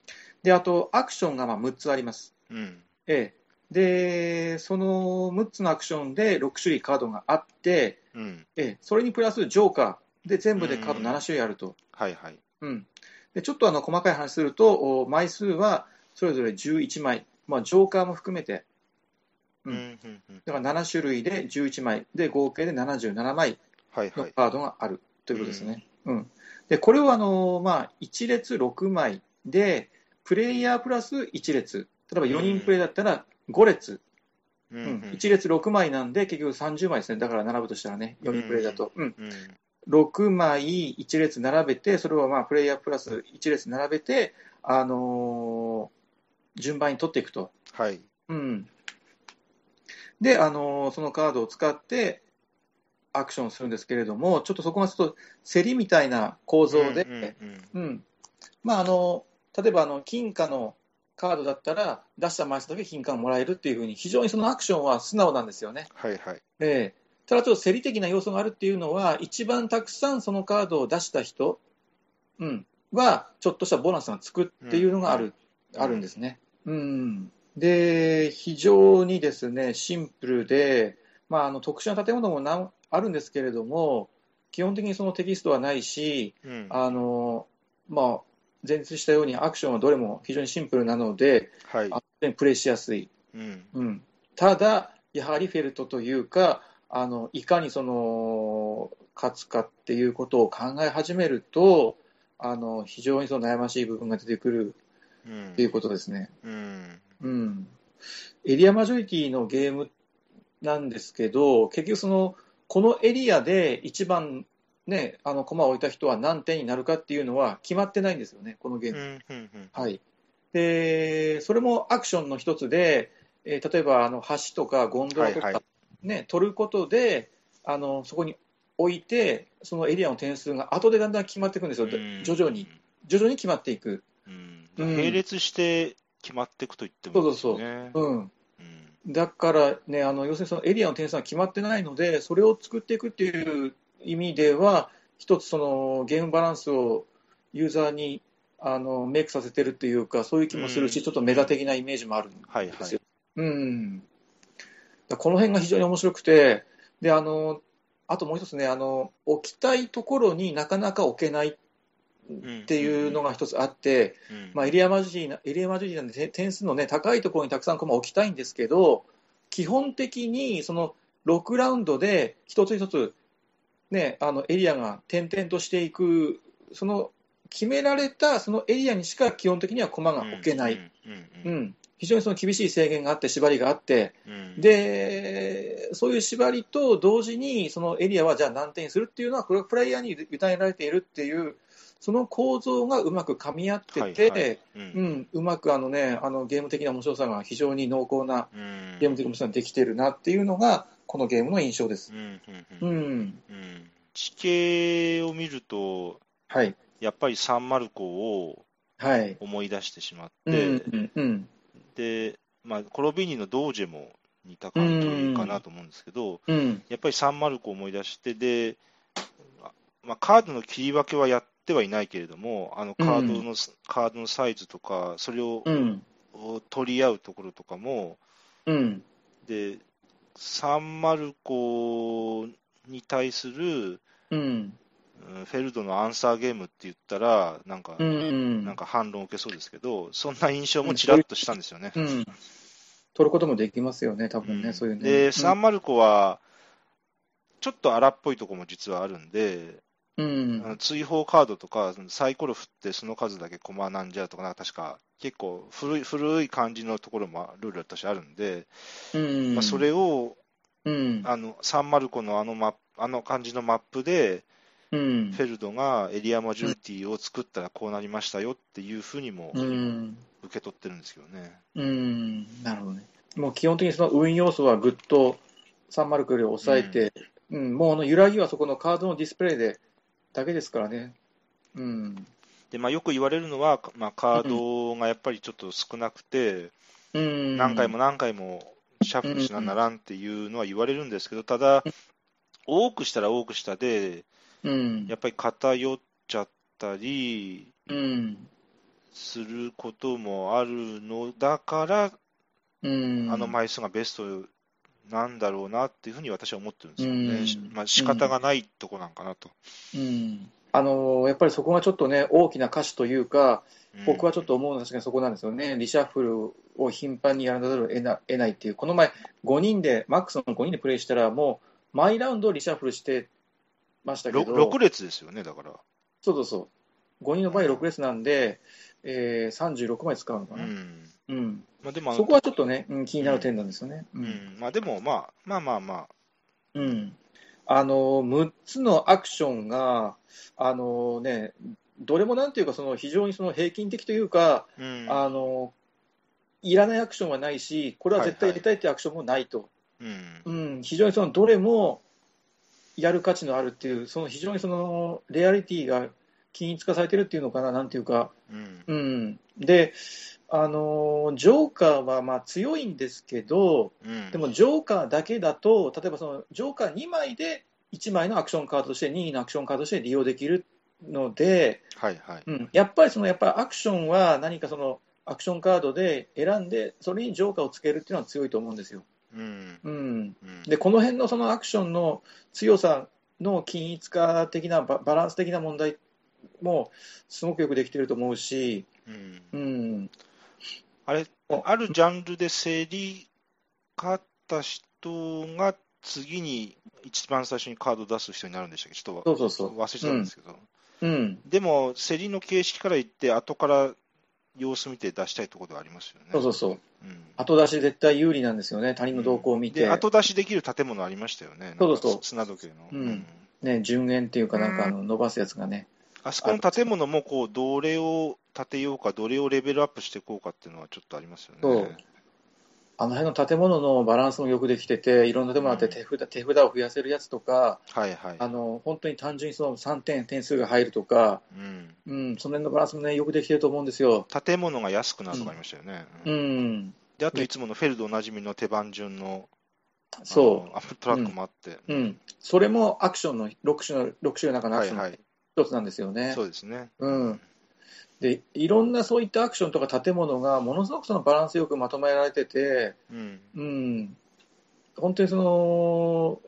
で、あと、アクションがまあ6つあります。うん、ええ。で、その6つのアクションで6種類カードがあって、うん、ええ、それにプラスジョーカーで全部でカードうん7種類あると。はい、はい、うん、でちょっとあの細かい話すると、お枚数はそれぞれ11枚、まあ、ジョーカーも含めて、う、うんんうん、うん、だから7種類で11枚、で合計で77枚はい、はのい、カードがあるということですね。うん、でこれをあの、まあ、1列6枚で、プレイヤープラス1列、例えば4人プレイだったら5列、ううんん1列6枚なんで、結局30枚ですね、だから並ぶとしたらね、4人プレイだと。うんうん、 6枚1列並べて、それをまあプレイヤープラス1列並べて、あのー順番に取っていくと。はい、うん、で、あのーそのカードを使ってアクションするんですけれども、ちょっとそこがちょっと競りみたいな構造で、うん、うん、うんまああの例えばあの金貨のカードだったら、出した枚数だけ金貨をもらえるっていうふうに、非常にそのアクションは素直なんですよね。はい、はい、ええただちょっと競り的な要素があるっていうのは、一番たくさんそのカードを出した人、うん、は、ちょっとしたボーナスがつくっていうのがある、うんあるんですね。うん。で、非常にですね、シンプルで、まあ、あの特殊な建物もなあるんですけれども、基本的にそのテキストはないし、うん、あの、まあ、前述したようにアクションはどれも非常にシンプルなので、はい、あプレイしやすい。うん、うん、ただ、やはりフェルトというか、あのいかにその勝つかっていうことを考え始めると、あの非常にその悩ましい部分が出てくるうんっていうことですね。うん、うん、エリアマジョリティのゲームなんですけど、結局その、このエリアで1番、ね、あの駒を置いた人は何点になるかっていうのは決まってないんですよね、このゲうーム。ん、うん、うん、はい、でそれもアクションの一つで、えー例えばあの橋とかゴンドラとか、はいはね、取ることであのそこに置いてそのエリアの点数が後でだんだん決まっていくんですよ、うん徐々に。徐々に決まっていく、うんうん並列して決まっていくと言ってもいいですよね。うん、うんだから、ね、あの要するにそのエリアの点数が決まってないのでそれを作っていくっていう意味では一つそのゲームバランスをユーザーにあのメイクさせてるというかそういう気もするし、うんちょっとメタ的なイメージもあるはいはですいよ。うん、だからこの辺が非常に面白くてであのあともう一つねあの置きたいところになかなか置けないっていうのが、が一つあって、うんまあ、エリアマジティなエリアマジティなんでて点数の、ね、高いところにたくさん駒を置きたいんですけど基本的にその6ラウンドで一つ一つ、ね、あのエリアが点々としていくその決められたそのエリアにしか基本的には駒が置けない。うんうんううんん、非常にその厳しい制限があって、縛りがあって、うん、で、そういう縛りと同時に、そのエリアはじゃあ何点にするっていうのは、これはプレイヤーに委ねられているっていう、その構造がうまく噛み合ってて、はいはううんん、うまくあの、ね、あのゲーム的な面白さが非常に濃厚な、うんゲーム的な面白さができてるなっていうのが、このゲームの印象ですう。んううんん、うん地形を見ると、はい、やっぱりサンマルコをはい。思い出してしまっうんて、うんうんでまあ、コロビニのドージェも似た感じかなと思うんですけど、うんやっぱりサンマルコを思い出して、で、あまあ、カードの切り分けはやってはいないけれども、あのカードの、カードのサイズとか、それを,、うん取り合うところとかも、うんで、サンマルコに対する、ううんんフェルドのアンサーゲームって言ったら、なんか、うんなんか反論を受けそうですけど、そんな印象もちらっとしたんですよね。うん取ることもできますよね、多分ね、うんそういうね。で、サンマルコは、ちょっと荒っぽいところも実はあるんで、うんうんあの追放カードとか、サイコロ振ってその数だけ駒なんじゃうとか、なんか確か結構古い古い感じのところもルールとしてあるんで、うんまあ、それをうんあのサンマルコのあのマップあの感じのマップで、うんフェルドがエリアマジョリティを作ったらこうなりましたよっていうふうにもうん受け取ってるんですけどね。うんなるほどね。もう基本的にその運要素はぐっとサンマルクより抑えて、うんもうあの揺らぎはそこのカードのディスプレイでだけですからね。うんでまあ、よく言われるのは、まあ、カードがやっぱりちょっと少なくて、うん、何回も何回もシャッフルしなならんっていうのは言われるんですけど、ただ、多くしたら多くしたで、うん、やっぱり偏っちゃったりうんすることもあるのだから、うん、あの枚数がベストなんだろうなっていうふうに私は思ってるんですようんね、しまあ仕方がないとこなんかなと。うんあのやっぱりそこがちょっとね、大きな歌詞というか、うん僕はちょっと思うのは確かにそこなんですよね、リシャッフルを頻繁にやらざるを得な得ないっていう、この前、5人で、マックスの5人でプレイしたら、もう、毎ラウンドリシャッフルしてましたけろど、 6列ですよね、だから。そうそうそう、5人の場合、6列なんで、えー、36枚使うのかうな、うんんまあ、でもあのそこはちょっとね、うん、気になる点なんですよね。ううんんまあ、でも、まあ、まあまあまあ、うんあの6つのアクションが、あのね、どれもなんていうか、その非常にその平均的というか、うんあのいらないアクションはないし、これは絶対やりたいというアクションもないと、うんうん、非常にそのどれもやる価値のあるっていう、その非常にそのレアリティが均一化されてるっていうのかな、なんていうか、うんうん、であの、ジョーカーはまあ強いんですけど、うんでもジョーカーだけだと、例えばそのジョーカー2枚で1枚のアクションカードとして、任意のアクションカードとして利用できるので、はいはい。うん、やっぱりそのやっぱりアクションは何かそのアクションカードで選んでそれにジョーカーをつけるっていうのは強いと思うんですよ。うんうん、うんでこの辺のそのアクションの強さの均一化的なババランス的な問題もすごくよくできてると思うし、うんうん、あれお、あるジャンルで競り勝った人が次に一番最初にカードを出す人になるんでしたっけちょっとそわうそうそう、忘れちゃったんですけど、うん、でも競りの形式から言って、後から様子見て出したいところではありますよね。そうそうそう、うん後出し絶対有利なんですよね、他人の動向を見て、で後出しできる建物ありましたよね、そうそうそうなんか砂時計の、うんね、順延っていうか、なんかあの伸ばすやつがね、あそこの建物もこうどれを建てようか、どれをレベルアップしていこうかっていうのはちょっとありますよね。そうあの辺の建物のバランスもよくできてて、いろんな建物あって手札、手札を増やせるやつとか、はいはい。あの本当に単純にその3点点数が入るとか、うんうん、その辺のバランスも、ね、よくできてると思うんですよ。建物が安くなるとかありましたよね。うんうん、で、あといつものフェルドおなじみの手番順のあのそアップトラックもあって、う、うん、それもアクションの6種の6種の中のアはクいションはのい、一つなんですよね。そうですね。うんでいろんなそういったアクションとか建物がものすごくそのバランスよくまとめられてて、うん、うん、本当にその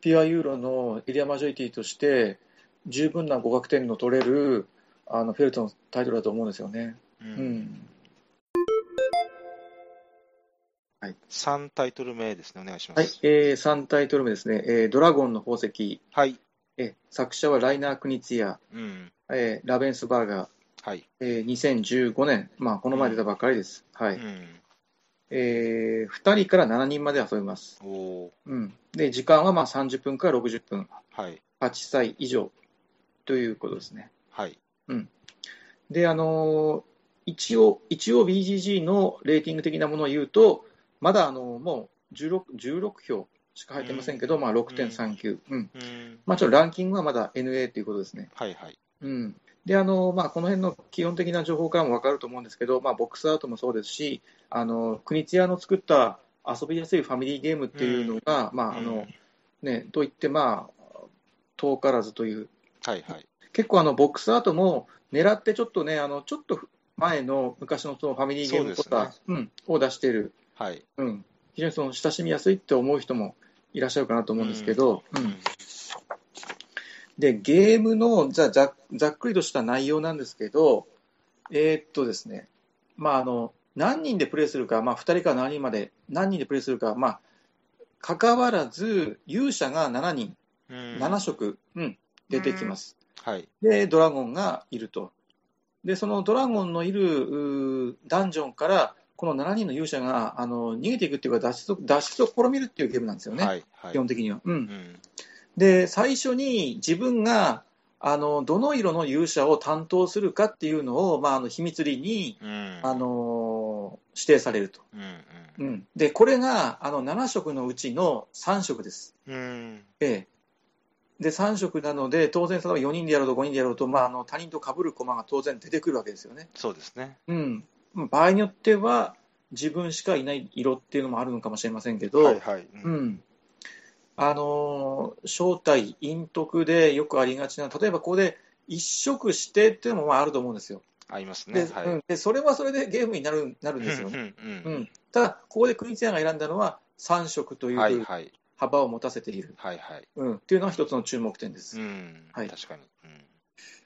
ピュアユーロのエリアマジョリティとして十分な合格点の取れるあのフェルトのタイトルだと思うんですよね。ううんん三3タイトル目ですね、お願いしまはいす。、えー、3タイトル目ですね、えードラゴンの宝石、はい、えー作者はライナー・クニツィア、うん、えーラベンスバーガー、はい。えー2015年、まあ、この前出たばっかりです、はういん。えー2人から7人まで遊びます、おおうん、で時間はまあ30分から60分ー。はい。 8歳以上ということですねはい。であのー一応一応 BGG のレーティング的なものを言うとまだ、あのーもう 16, 16票しか入ってませんけど、まあ、6.39、うんうん。まあ、ちょっとランキングはまだ NA ということですね。はいはい。うんであのまあ、この辺の基本的な情報からも分かると思うんですけど、まあ、ボックスアウトもそうですし、あの国津屋の作った遊びやすいファミリーゲームっていうのが、まああうんのね、といって、まあ、遠からずという、はいはい。結構あのボックスアートも狙って、ちょっとね、あのちょっと前の昔のそのファミリーゲームとか、うん、を出している、はい。うん、非常にその親しみやすいって思う人もいらっしゃるかなと思うんですけど。うんで、ゲームの、じゃあざっ、ざっくりとした内容なんですけど、えーっとですね、まあ、あの、何人でプレイするか、まあ、2人から何人まで、何人でプレイするか、まあ、関わらず、勇者が7人、うん7。色、うん、出てきます。はい。で、ドラゴンがいると。で、そのドラゴンのいるうーダンジョンから、この7人の勇者があの逃げていくっていうか脱出、脱出を試みるっていうゲームなんですよね、はいはい。基本的には。うんうん。で最初に自分があのどの色の勇者を担当するかっていうのを、まあ、あの秘密裏に、うん。あ、の指定されると、うんう。うんん、でこれがあの7色のうちの3色です、うん。ええ、で3色なので当然その4人でやろうと5人でやろうと、まあ、あの他人と被る駒が当然出てくるわけですよね、そうですね。うん、まあ場合によっては自分しかいない色っていうのもあるのかもしれませんけど、はいはい。う。うんん、あのー正体、陰徳でよくありがちな、例えばここで一色してっていうのもまああると思うんですよ。合いますでね。はい。ううんん、でそれはそれでゲームになるなるんですようね。んううんん、ただ、ここで国津屋が選んだのは3色とはいいうはい。幅を持たせている、はいはい。うん、っていうのが一つの注目点です。うん。はい確かに。うん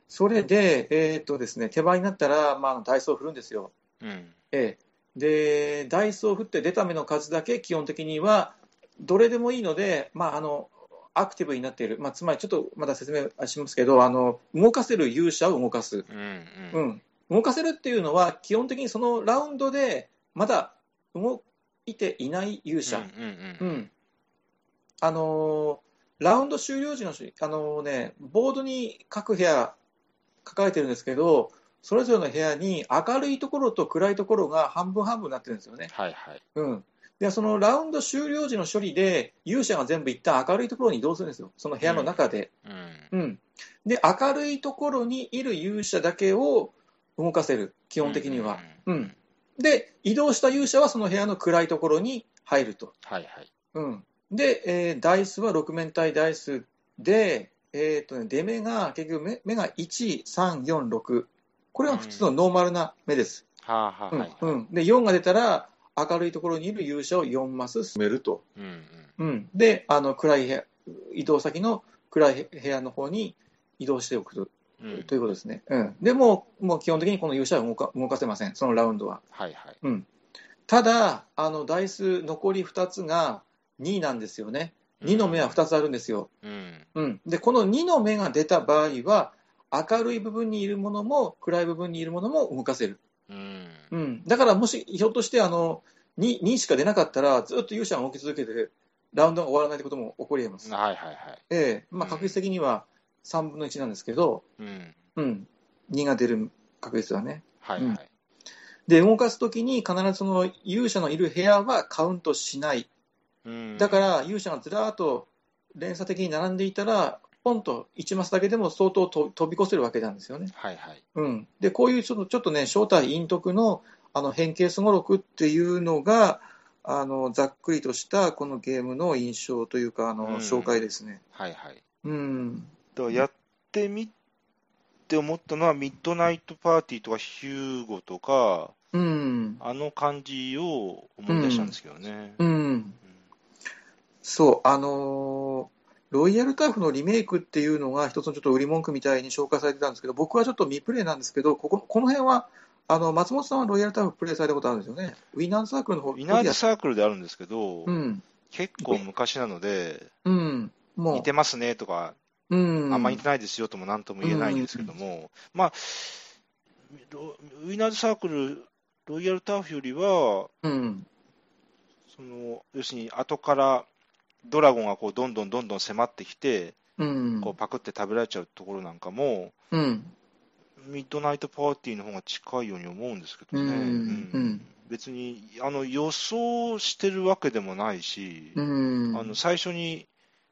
それで、えーっとですね、手前になったら、まあ、ダイソーを振るんですよ。うん。ええ、でダイスを振って出た目の数だけ基本的にはどれでもいいので、まあ、あのアクティブになっている、まあ、つまりちょっとまだ説明はしますけどあの動かせる勇者を動かす、うんううん。ん、動かせるっていうのは基本的にそのラウンドでまだ動いていない勇者、うんうんううんんあのーラウンド終了時のし、あのーね、ボードに各部屋書かれてるんですけどそれぞれの部屋に明るいところと暗いところが半分半分になってるんですよね、はいはい。うん、でそのラウンド終了時の処理で勇者が全部一旦明るいところに移動するんですよその部屋の中で、うん。うんで明るいところにいる勇者だけを動かせる基本的には、うんうんううんんで移動した勇者はその部屋の暗いところに入るとはいはい。うん、で、えーダイスは6面体ダイスで、えーとね、出目が結局目目が1、3、4、6これは普通のノーマルな目です、はあはあうんはいはい。うんで4が出たら明るいところにいる勇者を4マス進めると、うんうん。うん、であの暗い部屋移動先の暗い部屋の方に移動しておくと,、うんということですね、うん、でもうもう基本的にこの勇者は動か動かせませんそのラウンドははいはい。ただあのダイス残り2つが2なんですよね2の目は2つあるんですよ、うん。うん、でこの2の目が出た場合は明るい部分にいるものも暗い部分にいるものも動かせる、うん。うん、だからもしひょっとしてあの 2, 2しか出なかったらずっと勇者が動き続けてラウンドが終わらないということも起こり得ます、はいはいはい。ええまあ、うん確率的には3分の1なんですけど、うん。うん、2が出る確率はねはいはい。で動かすときに必ずその勇者のいる部屋はカウントしないうん。だから勇者がずらーっと連鎖的に並んでいたら、ポンと1マスだけでも相当と飛び越せるわけなんですよね。はいはい。うん、で、こういうちょっとちょっとね、正体陰徳のあの変形すごろくっていうのが、あのざっくりとしたこのゲームの印象というか、あのうん紹介ですね。はいはい。うん、だからやってみって思ったのは、ミッドナイトパーティーとか、ヒューゴとか、うん、あの感じを思い出したんですけどね。うん、そう、あのーロイヤルタフのリメイクっていうのが一つのちょっと売り文句みたいに紹介されてたんですけど、僕はちょっと未プレイなんですけど、こここの辺は、あの松本さんはロイヤルタフプレイされたことあるんですよね。ウィナーズサークルの方ウィナーズサークルであるんですけど、うん、結構昔なので、うん、もう、似てますねとか、うん、あんまり似てないですよともなんとも言えないんですけども、まあ、ロウィナーズサークル、ロイヤルターフよりは、うん、その要するに後からドラゴンがこうどんどんどんどん迫ってきて、うん、こうパクって食べられちゃうところなんかも、うん、ミッドナイトパーティーの方が近いように思うんですけどね、うんうん別にあの予想してるわけでもないし、うん、あの最初に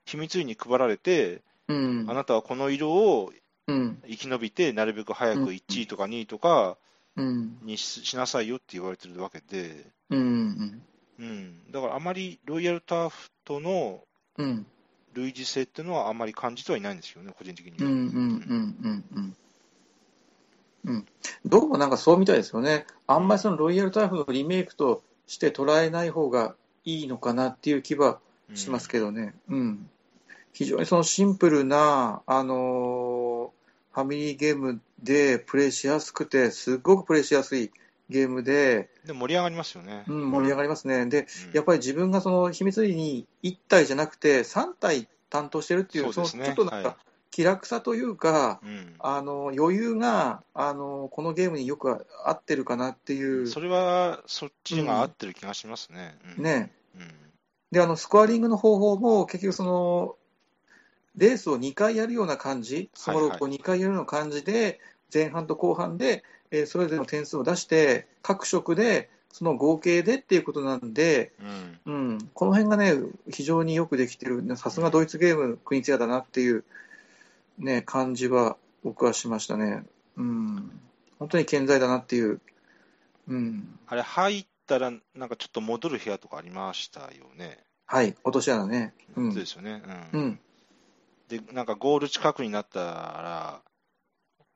秘密裏に配られて、うん、あなたはこの色をうん、生き延びて、なるべく早く1位とか2位とかうん、にししなさいよって言われてるわけで、うん、うん、だからあまりロイヤルターフとのうん、類似性っていうのはあんまり感じてはいないんですよね、個人的にうん、うは。ん、うん、うん、うん、どうもなんかそうみたいですよね。あんまりそのロイヤルターフのリメイクとして捉えない方がいいのかなっていう気はうんしますけどね。うん。非常にそのシンプルな、あのーファミリーゲームでプレイしやすくて、すっごくプレイしやすいゲームで、で盛り上がりますよね。うん、盛り上がりますね。で、うんやっぱり自分がその秘密裏に1体じゃなくて3体担当してるっていう、そうですのねちょっとなんはいか気楽さというか、うんあの余裕があのこのゲームによく合ってるかなっていう、それはそっちが合ってる気がしますね。うんね、うんであのスコアリングの方法も結局その、レースを2回やるような感じ、スモロークを2回やるような感じで、前半と後半で、えーそれぞれの点数を出して、各色で、その合計でっていうことなんで、うんうん、この辺がね、非常によくできてる、さすがドイツゲーム、国ツヤだなっていう、ね、感じは僕はしましたね、うん、本当に健在だなっていう、うん、あれ、入ったら、なんかちょっと戻る部屋とかありましたよね。はい、落とし穴ね、そううでん、すよね、ううんん、で、なんかゴール近くになったら、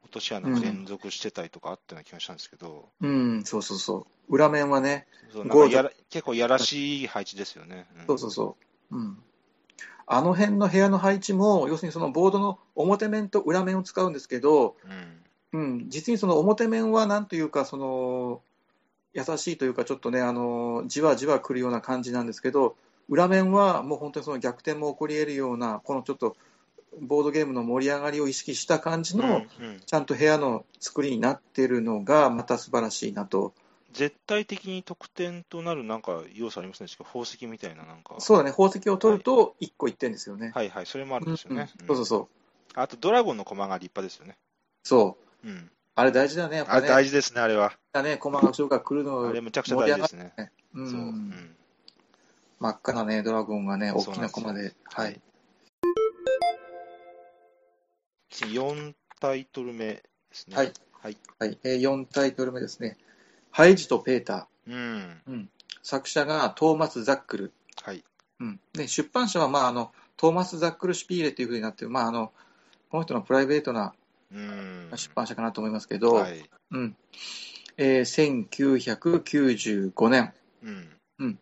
落とし穴が連続してたりとかあったような気がしたんですけど、うん、そうそうそう、裏面はね、そうゴなールんかやら結構やらしい配置ですよね。んそうそうそう、うん、あの辺の部屋の配置も、要するにそのボードの表面と裏面を使うんですけど、うんうん、実にその表面はなんというかその優しいというかちょっとねあのじわじわくるような感じなんですけど裏面はもう本当にその逆転も起こり得るようなこのちょっとボードゲームの盛り上がりを意識した感じうんの、うんちゃんと部屋の作りになってるのがまた素晴らしいなと絶対的に得点となるなんか要素ありますね、しかも宝石みたいな、なんか、そうだね宝石を取ると1個1点ですよね、はいはい、それもあるんですよね。うんそうそううそうあと、ドラゴンの駒が立派ですよね。そううん、あれ大事だねやっあぱれね大事ですね、あれは。ね駒が後ろから来るのあれ、むちゃくちゃ大事ですね。う、そう、うんん真っ赤なねドラゴンがね大そうきなんなですよ駒ではい、次4タイトル目ですね。はい。はい。はいえー4タイトル目ですね「ハイジとペーター」うん。作者がトーマス・ザックル、はい。うん、で出版社は、まあ、あのトーマス・ザックル・シュピーレというふうになってる、まあ、あのこの人のプライベートなうん。出版社かなと思いますけど、はい。うんえー1995年うん。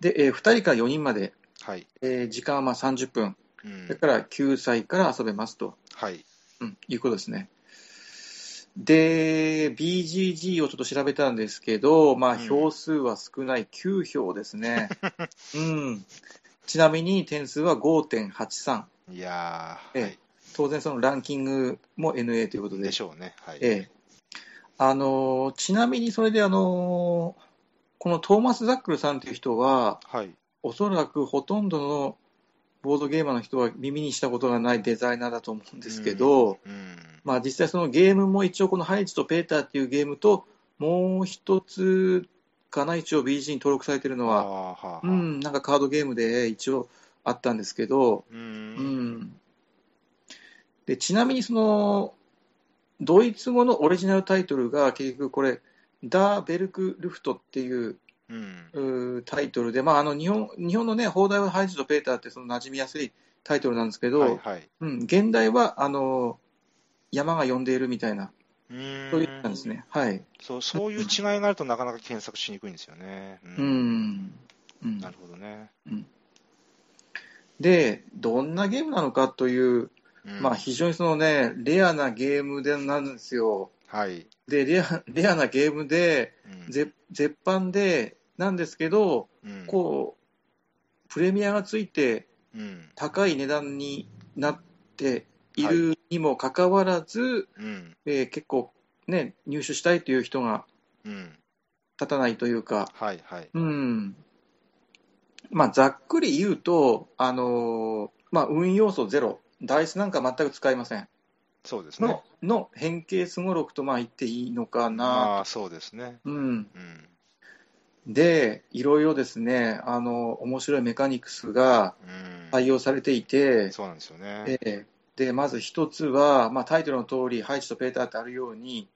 で、え2人から4人まで、はい。えー時間はまあ30分うそんれ。から9歳から遊べますと、はい。うん、いうことですね。で、BGG をちょっと調べたんですけど、まあ、うん票数は少ない9票です ね。うん。ちなみに点数は5.83。いやー、ええはい当然、そのランキングも NA ということで。でしょうね。はい。ええ。あのー、ちなみにそれで、あのー、このトーマス・ザックルさんという人は、はい。おそらくほとんどのボードゲーマーの人は耳にしたことがないデザイナーだと思うんですけど、うん。まあ、実際そのゲームも一応このハイジとペーターっていうゲームともう一つかな一応 BG に登録されてるのあーは、はあはあうん、なんかカードゲームで一応あったんですけど、う。うんん、でちなみにそのドイツ語のオリジナルタイトルが結局これダーベルクルフトっていううん。うータイトルで、まあ、あの日本日本のね放題はハイジとペーターってその馴染みやすいタイトルなんですけど、はいはい。うん、現代はあの山が呼んでいるみたいなうそういったんんですね。はい。そうそういう違いがあるとなかなか検索しにくいんですよね。うう。ん。うんなるほどね。で、どんなゲームなのかという、うんまあ非常にそのね、レアなゲームでなんですよ。はい。で、レア、レアなゲームで、うんぜ絶版で、なんですけど、うんこう、プレミアがついてうん。高い値段になっているにもかかわらず、うん。えー結構ね、入手したいという人がうん。立たないというか、はいはい。うんまあ、ざっくり言うと、あのーまあ、運要素ゼロ、ダイスなんか全く使いませんそうですねの。の変形すごろくとまあ言っていいのかな、ああ、そうですね。うん、うん。で、いろいろですね、あの面白いメカニクスがうん。採用されていて、そうなんですよね。ででまず一つは、まあ、タイトルの通り、ハイジとペーターってあるように、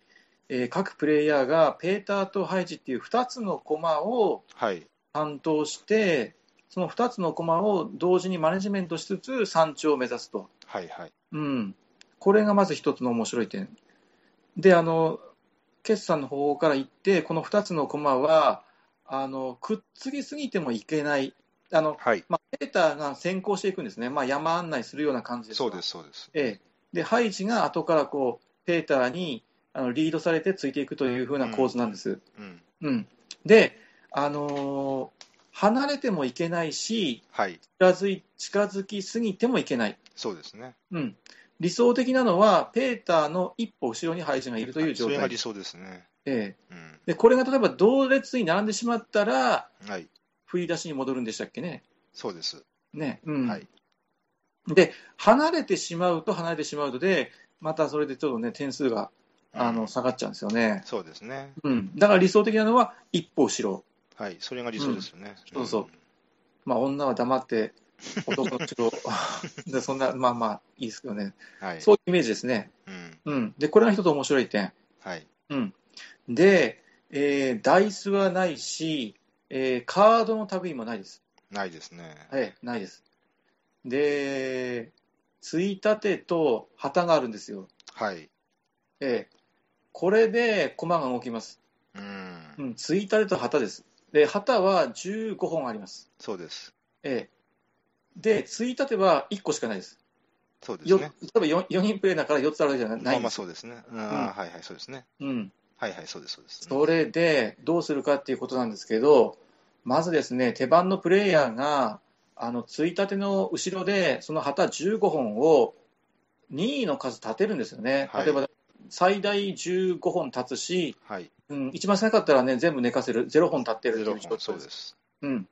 えー各プレイヤーがペーターとハイジっていう2つのコマをはい。担当して、その2つのコマを同時にマネジメントしつつ、山頂を目指すと、はいはい。うん、これがまず一つの面白い点。で、あの決算の方法から言って、この2つのコマはあのくっつきすぎてもいけない、あのはい。まあ、ペーターが先行していくんですね、まあ、山案内するような感じです、そうですす、そうです。ええ、でハイジが後からこうペーターにあのリードされてついていくというふうな構図なんです。うん。うん、で、あのー離れてもいけないしはい。近づい近づきすぎてもいけない、そうですね。うん、理想的なのはペーターの一歩後ろに配置がいるという状それが態理想ですね。えうえん。でこれが例えば同列に並んでしまったらはい。振り出しに戻るんでしたっけね。そうです。ねうんはい。で離れてしまうと離れてしまうとでまたそれでちょっとね点数があうのん下がっちゃうんですよね、そうですね。うん、だから理想的なのは一歩後ろ、はい。それが理想ですよね。うんそうそうまあ、女は黙って男の後 ろでそんなまあまあいいですけどねうん。はい。そういうイメージですね、うん。うん、でこれが一つ面白い点、はい。うん、で、えーダイスはないし、えーカードの類もないですないですね。はいないですでついたてと旗があるんですよはい。ええ、これで駒が動きます。う。うんん、ついたてと旗です。で、旗は15本あります。そうです。ええ、で、ついたては1個しかないです。そうですよね。例えば 4, 人プレイだから4つあるわけじゃないまあまあす、そうですね。うんあーはいはい、そうですね。うん。はいはい、そうです、そうです。それで、どうするかっていうことなんですけど、まずですね、手番のプレイヤーが、あの、ついたての後ろで、その旗15本を任意の数立てるんですよね。はい例えば、最大15本立つし、はい。うん、一番少なかったらね、全部寝かせる、0本立ってるゼっていロう状態本、そうです。うん、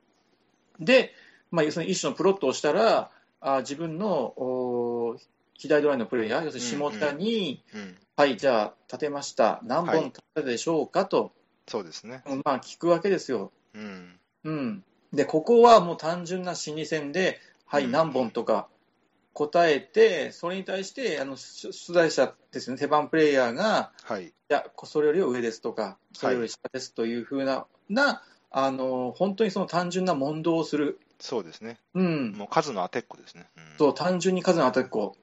で、まあ、要するに一種のプロットをしたら、あ自分のおー左ドライのプレイヤー、要するに下田に、うん。はい、じゃあ、立てました、何本立てたでしょうかと、そうですね。うんまあ、聞くわけですよ、うん。うん。で、ここはもう単純な心理戦で、はうい、ん何本とか答えて、それに対して、あの出出題者ですね、手番プレイヤーが、はい。いや、こそれよりは上ですとか、それより下ですというふうな、なあの本当にその単純な問答をする、そうですね。うん、もう数の当てっこですね。うんそう単純に数の当たっこ、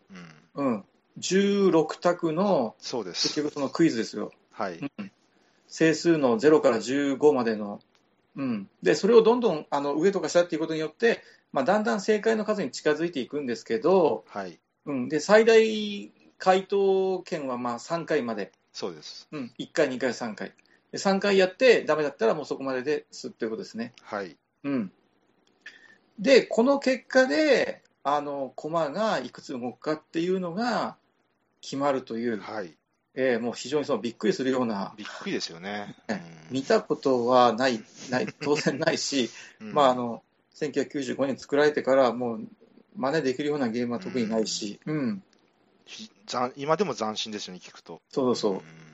うん。うん、16択のそうで結す。局そのクイズですよ、はい。整数の0から15までの、うん、でそれをどんどんあの上とか下っていうことによって、まあ、だんだん正解の数に近づいていくんですけど、はい。うん、で最大回答権はまあ3回まで。そうです。うん、1回、2回、3回。で3回やって、ダメだったらもうそこまでですということですね。はい。うん、で、この結果で、あの、駒がいくつ動くかっていうのが決まるという、はい。えーもう非常にそのびっくりするような、びっくりですよね。うん見たことはない、 ない当然ないし、うんまあ、あの、1995年作られてから、もう、真似できるようなゲームは特にないし、うん、ひざん今でも斬新ですよね、聞くと。そうそうそう。ん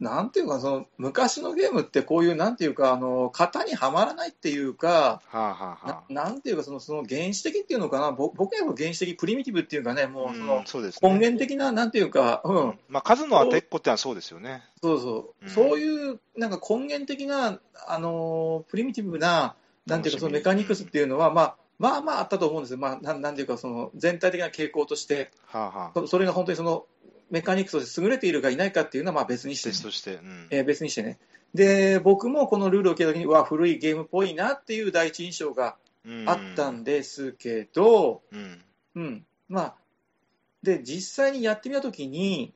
なんていうかその昔のゲームってこういうなんていうかあの型にはまらないっていうかはあはあなはなんていうかそのその原始的っていうのかなぼ僕は原始的プリミティブっていうかねもあ。うそうのんそうです根ね。源的ななんていうか、うん、まあ、数の当てっこってのはそうですよね。そうそう、うんそういうなんか根源的なあのプリミティブななんていうかそのメカニクスっていうのはまあまあまああったと思うんですよ、まあ、なんなんていうかその全体的な傾向としてはあはあ。そそれが本当にそのメカニクスとして優れているかいないかっていうのはまあ別にして、施設として。うんえー別にしてね。で、僕もこのルールを聞いたときに、うわ、古いゲームっぽいなっていう第一印象がうんあったんですけど、うん。うん、まあ、で、実際にやってみたときに、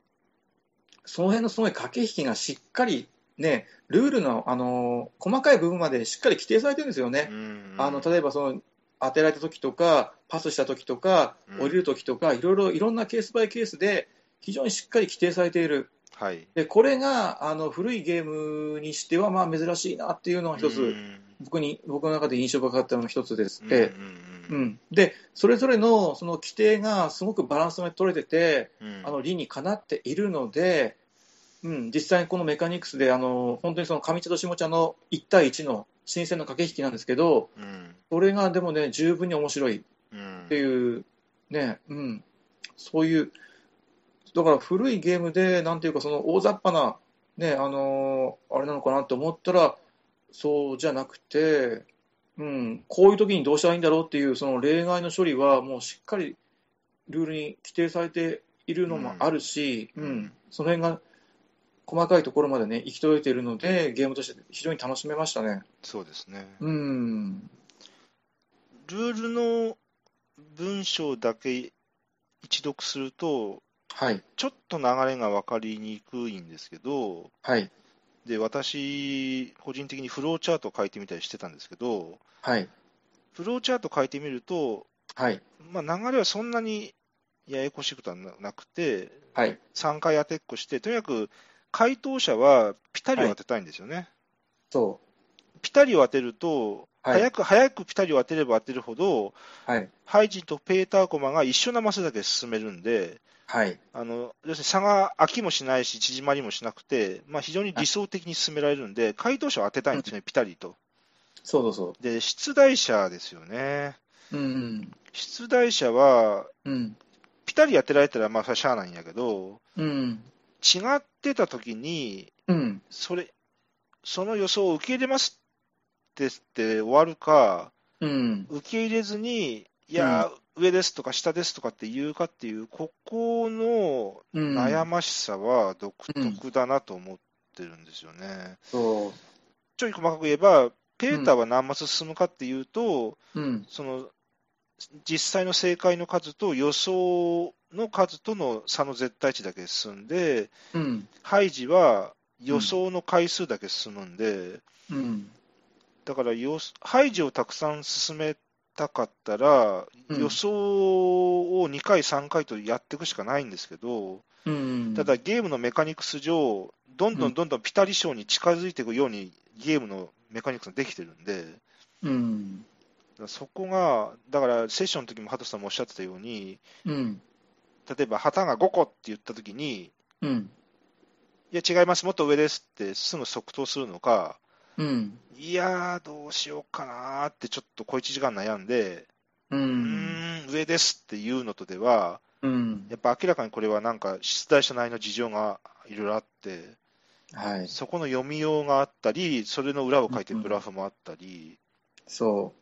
その辺のすごい駆け引きがしっかり、ね、ルールの、あのー細かい部分までしっかり規定されてるんですよね。うんあの例えばその当てられたときとか、パスしたときとかう、ん降りるときとか、いろいろいろんなケースバイケースで、非常にしっかり規定されている、はい。でこれがあの古いゲームにしてはまあ珍しいなっていうのが一うつ、ん僕に僕の中で印象深かったのが一つです。うんええううんん、でそれぞれのその規定がすごくバランスが取れてて、うんあの理にかなっているので、うん、実際にこのメカニクスであの本当にその上茶と下茶の1対1の新鮮な駆け引きなんですけどうんそれがでもね十分に面白いっうんていうね、うん、そういうだから古いゲームでなんていうかその大雑把なねあのーあれなのかなって思ったらそうじゃなくて、うん、こういう時にどうしたらいいんだろうっていうその例外の処理はもうしっかりルールに規定されているのもあるし、ううんんその辺が細かいところまでね行き届いているのでゲームとして非常に楽しめましたね。そうですね。うん、ルールの文章だけ一読すると、はい、ちょっと流れが分かりにくいんですけど、はい、で私、個人的にフローチャートを書いてみたりしてたんですけど、はい、フローチャート書いてみると、はい、まあ、流れはそんなにややこしくはなくて、はい。 3回当てっこして、とにかく回答者はピタリを当てたいんですよね。そピタリを当てると、はい早く早くピタリを当てれば当てるほど、う、はい、ハイジとペーターコマが一緒なマスだけ進めるんで、はい。あの要するに差が飽きもしないし、縮まりもしなくて、まあ、非常に理想的に進められるんで、回答者を当てたいんですね、ピタリと。そうそうそで、出題者ですよね。う。うん。出題者は、うん。ピタリ当てられたら、まあ、それはしゃあないんやけど、うん。違ってた時に、うん。それ、その予想を受け入れますってって終わるか、うん。受け入れずに、いや、上ですとか下ですとかって言うかっていう、ここのうん。悩ましさは独特だなと思ってるんですよね。そちょい細かく言えば、ペーターは何マス進むかっていうと、う。うん。その実際の正解の数と予想の数との差の絶対値だけ進んで、うん。ハイジは予想の回数だけ進むんで、うん。だから予想ハイジをたくさん進めたかったら、うん予想を2回、3回とやっていくしかないんですけど、うん。ただゲームのメカニクス上、どんどんどんどんピタリ賞に近づいていくように、ゲームのメカニクスができてるんで、だかうん。らそこが、だからセッションの時もハトさんもおっしゃってたように、うん。例えば旗が5個って言った時に、うん。いや、違います、もっと上ですってすぐ即答するのか、うん。いやー、どうしようかなーって、ちょっと小1時間悩んで、ううーん。ん、上ですっていうのとでは、うんや。っぱ明らかにこれはなんか、出題者内の事情がいろいろあって、はい。そこの読みようがあったり、それの裏を書いてるグラフもあったり、そ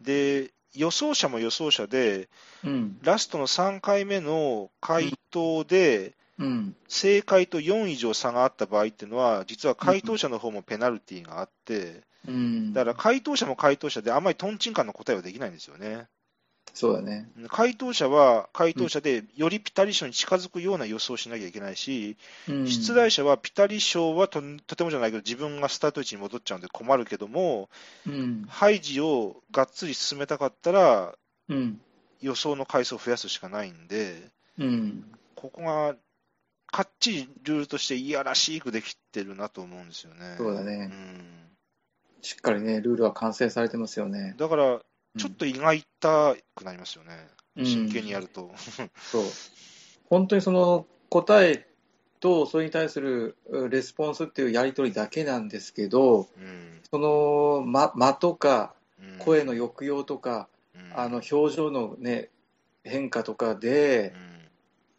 で、予想者も予想者で、う。うん。ラストの3回目の回答で、うん。正解と4以上差があった場合っていうのは、実は回答者の方もペナルティがあって、うん。だから回答者も回答者で、あんまりとんちんかんの答えはできないんですよね。そうだね。回答者は回答者で、よりピタリ賞に近づくような予想をしなきゃいけないし、うん。出題者はピタリ賞はととてもじゃないけど、自分がスタート位置に戻っちゃうんで困るけども、うん。ハイジをがっつり進めたかったら、うん。予想の回数を増やすしかないんで、うん。ここがかっちりルールとしていやらしくできてるなと思うんですよね。そうだうねんしっかりね、ルールは完成されてますよね。だから、ちょっと胃が痛くなりますよね、うん真剣にやると。そう。本当にその答えと、それに対するレスポンスっていうやりとりだけなんですけど、うんその間間とかうん声の抑揚とか、うんあの表情の、ね、変化とかうで、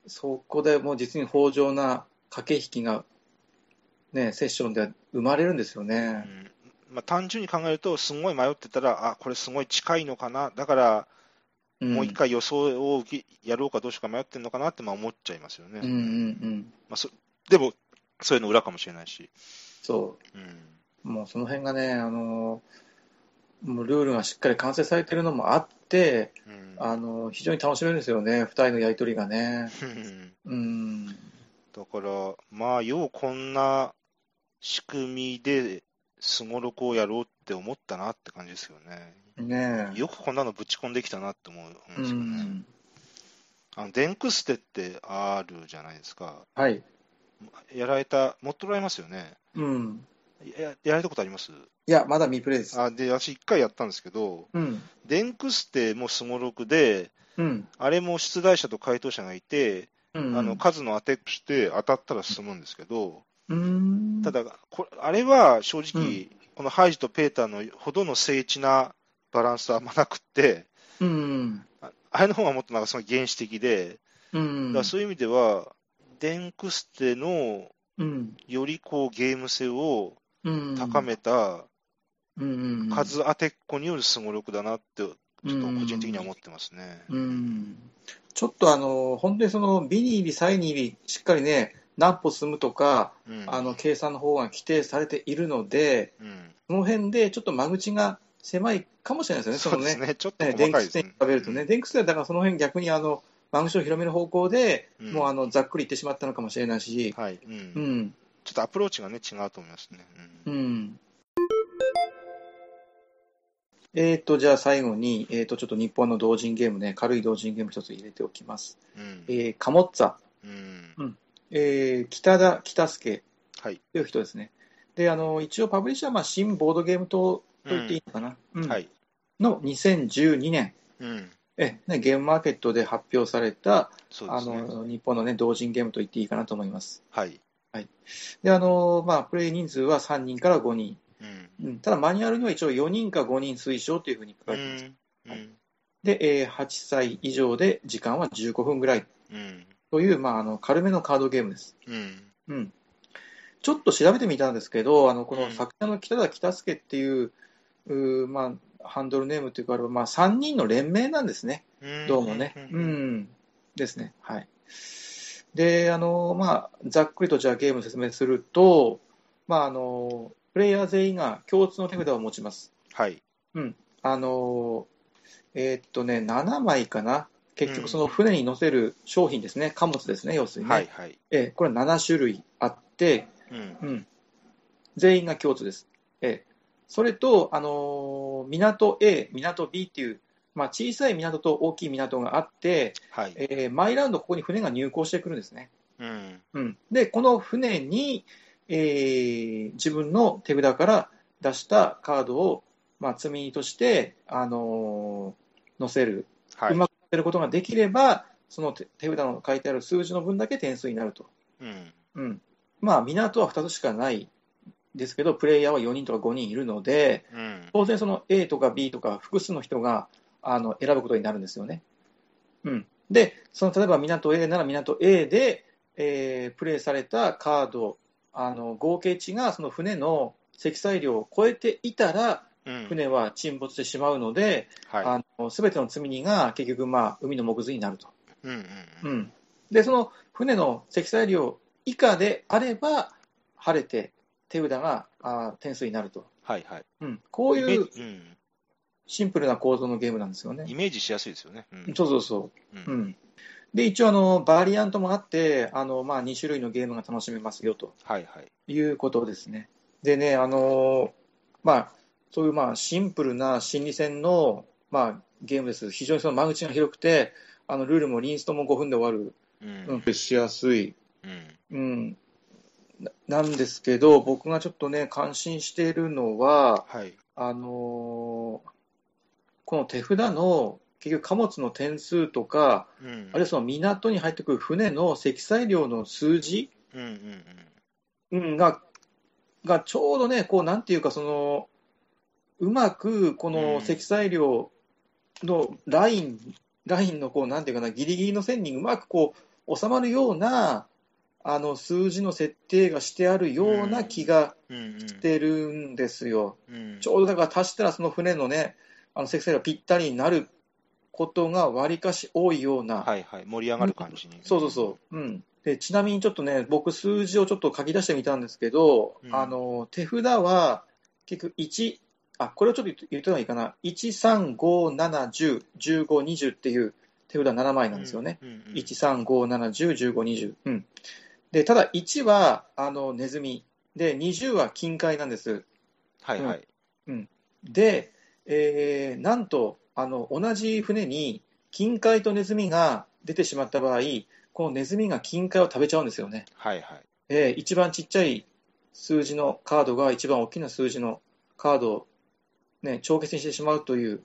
んそこでもう実に豊穣な駆け引きが、ね、セッションでは生まれるんですようね。んまあ、単純に考えると、すごい迷ってたら、あこれすごい近いのかな、だからもう一回予想を受けやろうかどうしようか迷ってるのかなってまあ思っちゃいますよね。うんうんうん、まあ、そでも、それの裏かもしれないし。そうんうもうその辺がね、あのもうルールがしっかり完成されてるのもあって、うんあの非常に楽しめるんですよね、2人のやりとりがね。うん、だから、まあ、ようこんな仕組みで、すごろくをやろうって思ったなって感じですよね。ねえよくこんなのぶち込んできたなって思う思うんうですよね。ん、あのデンクステって R じゃないですか。はい、やられた、もっとられますよね。うん。ややられたことありますいや、まだ未プレイです。あで、私、一回やったんですけど、うん。デンクステもすごろくで、うん。あれも出題者と回答者がいて、うん。あの数の当てっこして当たったら進むんですけど、うん。ただこれ、あれは正直、うこのハイジとペーターのほどの精緻なバランスはあんまなくって、うん。ああれの方がもっとなんかその原始的で、うん。だからそういう意味では、デンクステのうん。よりこうゲーム性をうん。高めたうん。数当てっこによるすごろくだなって、ちょっちと個人的には思ってますね。うんちょっとあの本当にそのビニービ、サイニービ、しっかりね、何歩進むとか、うんあの計算の方が規定されているので、うんその辺でちょっと間口が狭いかもしれないですよそうね、でそすのね、ね、ちょっとね細電か気いでスすテねに比べるとね、電気ステはだからその辺逆にあの間口を広める方向で、うんもうあのざっくりいってしまったのかもしれないし、はい、うんうん、ちょっとアプローチがね、違うと思いますね。ううんん。えー、と、じゃあ最後に、えー、と、ちょっと日本の同人ゲームね、軽い同人ゲーム一つ入れておきます。うんえー、カモッツァ。うんえー北田北助はい、という人ですね。で、あの、一応パブリッシャーは、まあ、新ボードゲーム党と言っていいのかな、うんはい、の2012年、うん、えね、ゲームマーケットで発表された、そうであすね。の、日本のね、同人ゲームと言っていいかなと思います。はい、で、あの、まあ、プレイ人数は3人から5人。うん、うん、ただ、マニュアルには一応4人か5人推奨というふうに書うかれてん、ます。うん、で、えー8歳以上で時間は15分ぐらいうん、という、まあ、あの軽めのカードゲームです。うん、うん、ちょっと調べてみたんですけど、あのこうのん作者の北田北助っていう、うーまあ、ハンドルネームというかあれば、まあ、3人の連名なんですね、うんどうもね。う、うんん、ですね。はい。で、あの、まあ、ざっくりとじゃあゲームを説明すると、まあ、あの、プレイヤー全員が共通の手札を持ちます。はい、あのーえーっとね、7枚かな、結局、その船に載せる商品ですね、貨物ですね、要するにね、はい、はい、えーこれ7種類あって、うん、うん、全員が共通です。えーそれと、あのー港 A、港 B っていう、まあ、小さい港と大きい港があって、はい、えーマイランド、ここに船が入港してくるんですね。うん、うん、で、この船に、えー自分の手札から出したカードを、まあ、積み荷として、あのー載せる、はうい、まく載せることができれば、その手手札の書いてある数字の分だけ点数になると。うん、うんまあ、港は2つしかないですけど、プレイヤーは4人とか5人いるので、うん、当然その A とか B とか複数の人があの選ぶことになるんですよね。うん、でその例えば港 A なら港 A で、えープレイされたカードあの合計値がその船の積載量を超えていたらうん、船は沈没してしまうので、はあの全ての積み荷が結局、まあ、海の藻屑になると、い、うん、ううん、ん、でその船の積載量以下であれば晴れて手札があー点数になると、はい、はい、うん、こうイメいうージうんシンプルな構造のゲームなんですよねイ。メージしやすいですよね。うんそうそうそうう。うんん。で、一応、あの、バリアントもあって、あの、まあ、2種類のゲームが楽しめますよ、とはい、はい、いうことですね。でね、あの、まあ、そういう、まあ、シンプルな心理戦の、まあ、ゲームです。非常にその間口が広くて、あの、ルールもリンストも5分で終わる。うん、うん、しやすい。うん、うん。ななんですけど、僕がちょっとね、感心しているのは、はい、あのーこの手札の結局貨物の点数とか、うんあるいはその港に入ってくる船の積載量の数字、うん、うん、うん、うん、ががちょうどね、こうなんていうかその、うまくこうんの積載量のライン、ラインのこうなんていうかな、ギリギリの線にうまくこう収まるようなあの数字の設定がしてあるような気がうん、うんしてるんですよ。うん、ちょうどだから足したらその船のね、あの積載量がぴったりになることがわりかし多いような、はい、はい、盛り上がる感じに。そうそうそう、うんで、ちなみにちょっとね、僕、数字をちょっと書き出してみたんですけど、うんあの手札は結局1、あこれをちょっと言った方がいいかな、1、3、5、7、10、15、20っていう手札7枚なんですよね。うん。うん、 1、3、5、7、10、15、20。うん、でただ、1はあのネズミ、で20は金塊なんです。はい、はい、で、えーなんとあの同じ船に金塊とネズミが出てしまった場合このネズミが金塊を食べちゃうんですよね、はい、はい。えー一番ちっちゃい数字のカードが一番大きな数字のカードを、ね、帳消しにしてしまうという、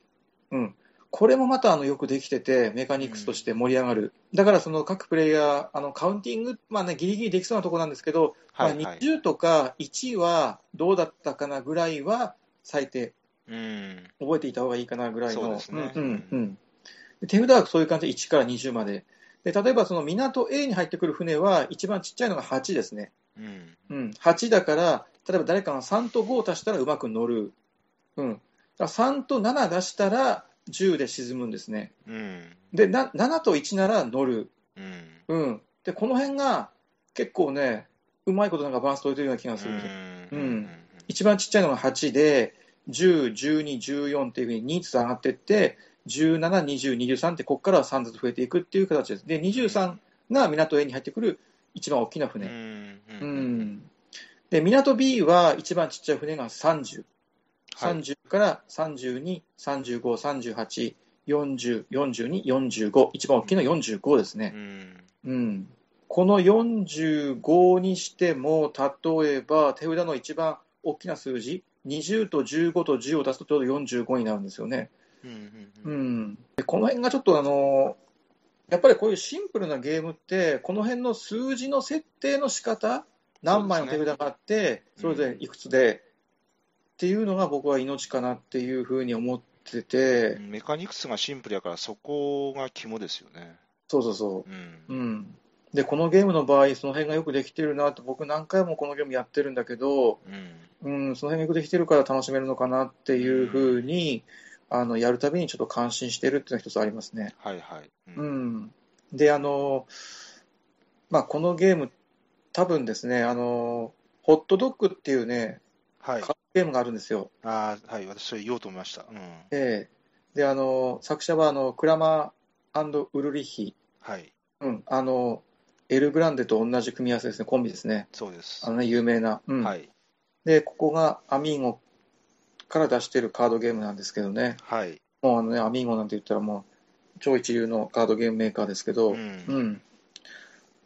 うん、これもまたあのよくできてて、メカニクスとして盛り上がる、だからその各プレイヤー、あのカウンティング、まあね、ギリギリできそうなところなんですけど、はいはまあ、い。 20とか1はどうだったかなぐらいは、最低、うん。覚えていた方がいいかなぐらいの。そうですねうんうんうんで手札はそういう感じで1から20まで。で例えばその港 A に入ってくる船は一番ちっちゃいのが8ですね。うん。うん、8だから、例えば誰かが3と5を足したらうまく乗る。うん、だから3と7出したら10で沈むんですね。うん。で、な7と1なら乗る。うん。うん、で、この辺が結構ね、うまいことなんかバランス取れてるような気がするんですよううんん。一番ちっちゃいのが8で、10、12、14っていうふうに2つ上がっていって、17、20、23って、ここからは3ずつ増えていくっていう形です。で、23が港 A に入ってくる一番大きなうん。う船。ん。う。うんん。で、港 B は一番ちっちゃい船が30。はい。 30から32、35、38、40、42、45。一番大きな45ですねう。ん。うん、この45にしても、例えば手札の一番大きな数字、20と15と10を出すとちょうど45になるんですよね。うん。ううん。ん、でこの辺がちょっとあの、やっぱりこういうシンプルなゲームって、この辺の数字の設定の仕方何枚の手札があって、そそうですねれぞれいくつで、っていうのが僕は命かなっていうふうに思ってて、メカニクスがシンプルやから、そこが肝ですよね。そうそうそう。うん。うん、でこのゲームの場合、その辺がよくできてるなと、僕、何回もこのゲームやってるんだけど、うん。うん、その辺がよくできてるから楽しめるのかなっていうふうに、あのやるたびにちょっと感心してるっていうのは一つありますね。はいはい。う。うんん、であの、まあ、このゲーム、多分ですねあの、ホットドッグっていうね、はい。ゲームがあるんですよ。ああ、はい。私、それ言おうと思いました。うん。ええであの作者はあのクラマーウルリッヒ、はい。うんあの、エル・グランデと同じ組み合わせですね、コンビですね。そうですあ。のね、有名な、うんはい。で、ここがアミーゴから出してるカードゲームなんですけどね、はい。もうあのね、アミーゴなんて言ったらもう超一流のカードゲームメーカーですけど、ううんん。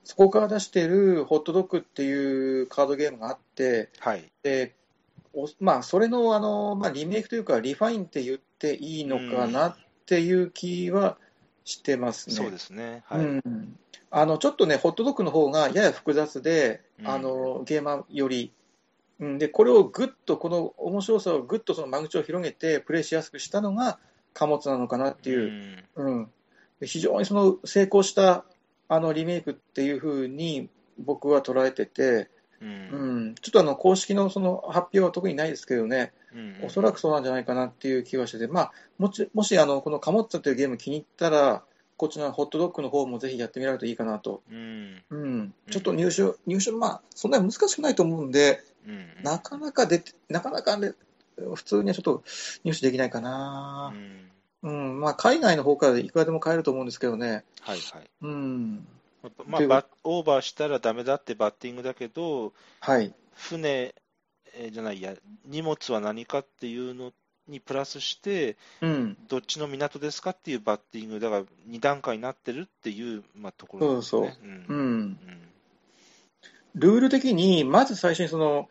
そこから出してるホットドッグっていうカードゲームがあって、はい。でおまあ、それのあの、まあ、リメイクというか、リファインって言っていいのかなっていう気はしてますね。そうですね。はい。うん、あのちょっとね、ホットドッグの方がやや複雑で、うんあのゲーマーより、うん、でこれをぐっと、この面白さをぐっとその間口を広げて、プレイしやすくしたのが貨物なのかなっていう、う。うんで非常にその成功したあのリメイクっていうふうに僕は捉えてて、う。うんん、ちょっとあの公式のその発表は特にないですけどね、うんおそらくそうなんじゃないかなっていう気はしてて、まあ、もしもしあのこのカモッツァというゲーム気に入ったら、こっちのホットドッグの方もぜひやってみられるといいかなと、うん。うん、ちょっと入手、入手、まあ、そんなに難しくないと思うんで、うん。なかなか出て、なかなかね、普通にはちょっと入手できないかなう、ん。うんまあ、海外の方からいくらでも買えると思うんですけどね、はいはい。うん、まとあ、いうバオーバーしたらダメだってバッティングだけど、はい、船えーじゃないや、荷物は何かっていうのにプラスして、うん、どっちの港ですかっていうバッティング、だから2段階になってるっていう、まあ、ところなんですね。。そううんん、ルール的に、まず最初にその、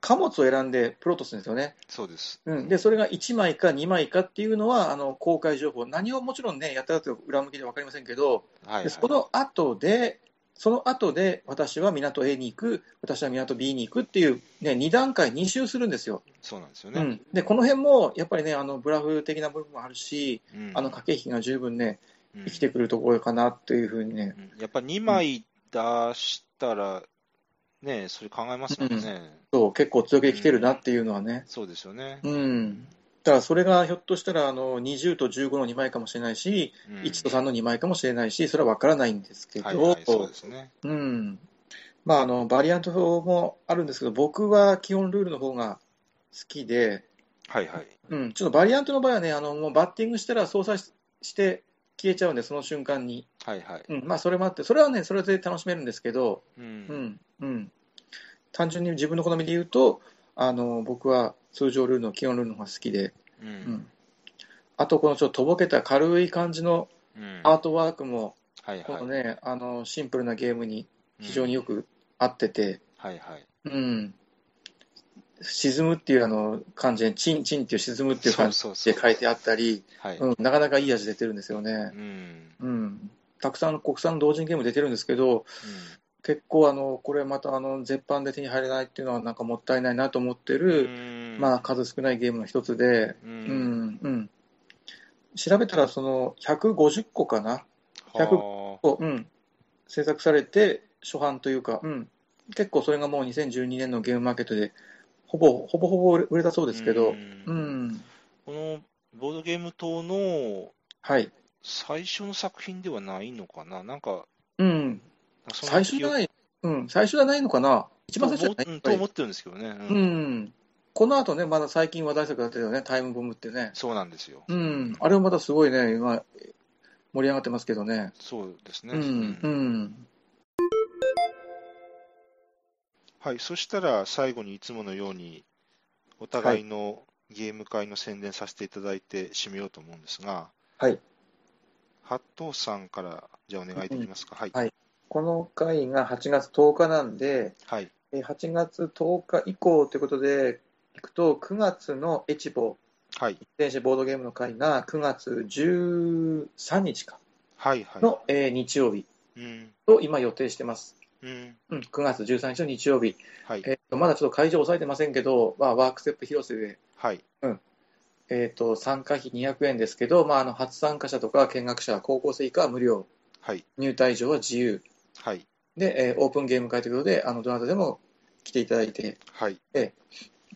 貨物を選んでプロットするんですよね。そうです。うん、でそれが1枚か2枚かっていうのはあの公開情報、何をもちろんね、やったらと裏向きで分かりませんけど、はい、はでい。その後で、その後で私は港 A に行く、私は港 B に行くっていう、ね、2段階、2周するんですよ。そうなんですようね。ん、でこの辺もやっぱりね、あのブラフ的な部分もあるし、うんあの駆け引きが十分ね、うん生きてくるところかなっていうふうにね、うんやっぱ2枚出したら、ね、それ考えますもんね。そう結構強気で来てるなっていうのはね。そうですよね。うんだからそれがひょっとしたらあの20と15の2枚かもしれないし、うん1と3の2枚かもしれないし、それは分からないんですけど、はいはい、そうですね。うんまあ、あのバリアント表もあるんですけど、僕は基本ルールの方が好きで、はいはい。うん、ちょっとバリアントの場合はね、あのもうバッティングしたら操作しして消えちゃうんで、その瞬間に、はいはい。うんまあ、それもあって、それはね、それで楽しめるんですけど、う。うんんうん、単純に自分の好みで言うと、あの僕は通常ルールの基本ルールの方が好きで、ううんん、あと、このちょっととぼけた軽い感じのうんアートワークも、はいこはのい。ね、あのシンプルなゲームに非常によく合ってて、はいはい。うん、沈むっていうあの感じで、チンチンっていう沈むっていう感じそうそうそでう書いてあったり、はい。うん、なかなかいい味出てるんですよねう。ん。うん、たくさん国産同人ゲーム出てるんですけど、結構あの、これまたあの絶版で手に入れないっていうのは、なんかもったいないなと思ってうる、ん。まあ、数少ないゲームの一つで、う。うんんうん、調べたら、その150個かな、100はこううん、制作されて、初版というか、うん、結構それがもう2012年のゲームマーケットで、ほぼほぼほぼ売れたそうあですけどう、んうん、このボードゲーム等のはい、最初の作品ではないのかななんか、うん、その最初じゃない、うん、最初じゃないのかな、一番最初じゃないと思ううんとやっぱ思ってるんですけどね。りううんん、この後ね、まだ最近話題作だったよね、タイムボムってね、そうなんですよ。うん、あれもまたすごいね、今、盛り上がってますけどね、そうですね。ううんん、うん、はい、そしたら最後にいつものように、お互いのゲーム会の宣伝させていただいて締めようと思うんですが、はい。八頭さんから、じゃあお願いできますか。はい。はいこの回が8月10日なんで、はい。えー8月10日以降ということで、いくと9月のエチボ、はい。電子ボードゲームの会が9月13日かはい。はい。の、えー日曜日うん。を今予定してます。うん。うん、9月13日の日曜日、はい。えーとまだちょっと会場抑えてませんけど、まあ、ワークステップ広瀬で、はい。えー、と参加費200円ですけど、まあ、あの初参加者とか見学者、高校生以下は無料、はい。入退場は自由はい。で、えーオープンゲーム会ということで、あのどなたでも来ていただいて、はい。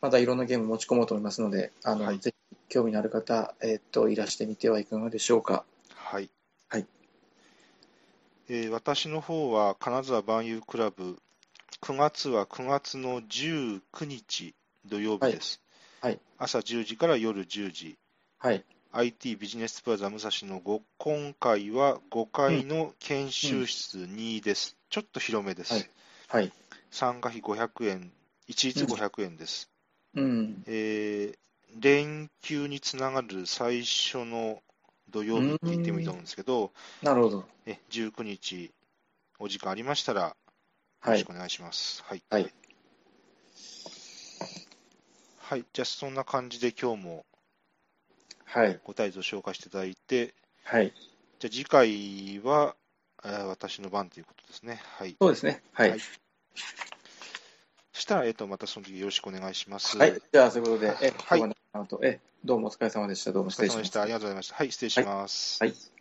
またいろんなゲーム持ち込もうと思いますので、あのはいぜひ興味のある方、えーと、いらしてみてはいかがでしょうか。はい。はいえー私の方は、金沢万有クラブ、9月は9月の19日土曜日です。はいはい朝10時から夜10時。はい、 IT ビジネスプラザ武蔵のご今回は5階の研修室2です。ちょっと広めです。はいはい参加費500円、一律500円です。うんえー連休につながる最初の土曜日って言ってもいいと思うんですけど、なるほど。え19日、お時間ありましたら、よはろしいく。お願いします。はい。はい。はい。じゃあ、そんな感じで今日もはい。ご体を紹介していただいて、はい。じゃあ次回は、えー私の番ということですね。はい。そうですね。はい。はいそしたら、えっ、と、またその時よろしくお願いします。はい。じゃあ、そういうことで、え、はい今日はねあのとえ、どうもお疲れ様でした。どうおも疲失れ礼し様までし。したた。ありがとうございました。はい、失礼します。はい。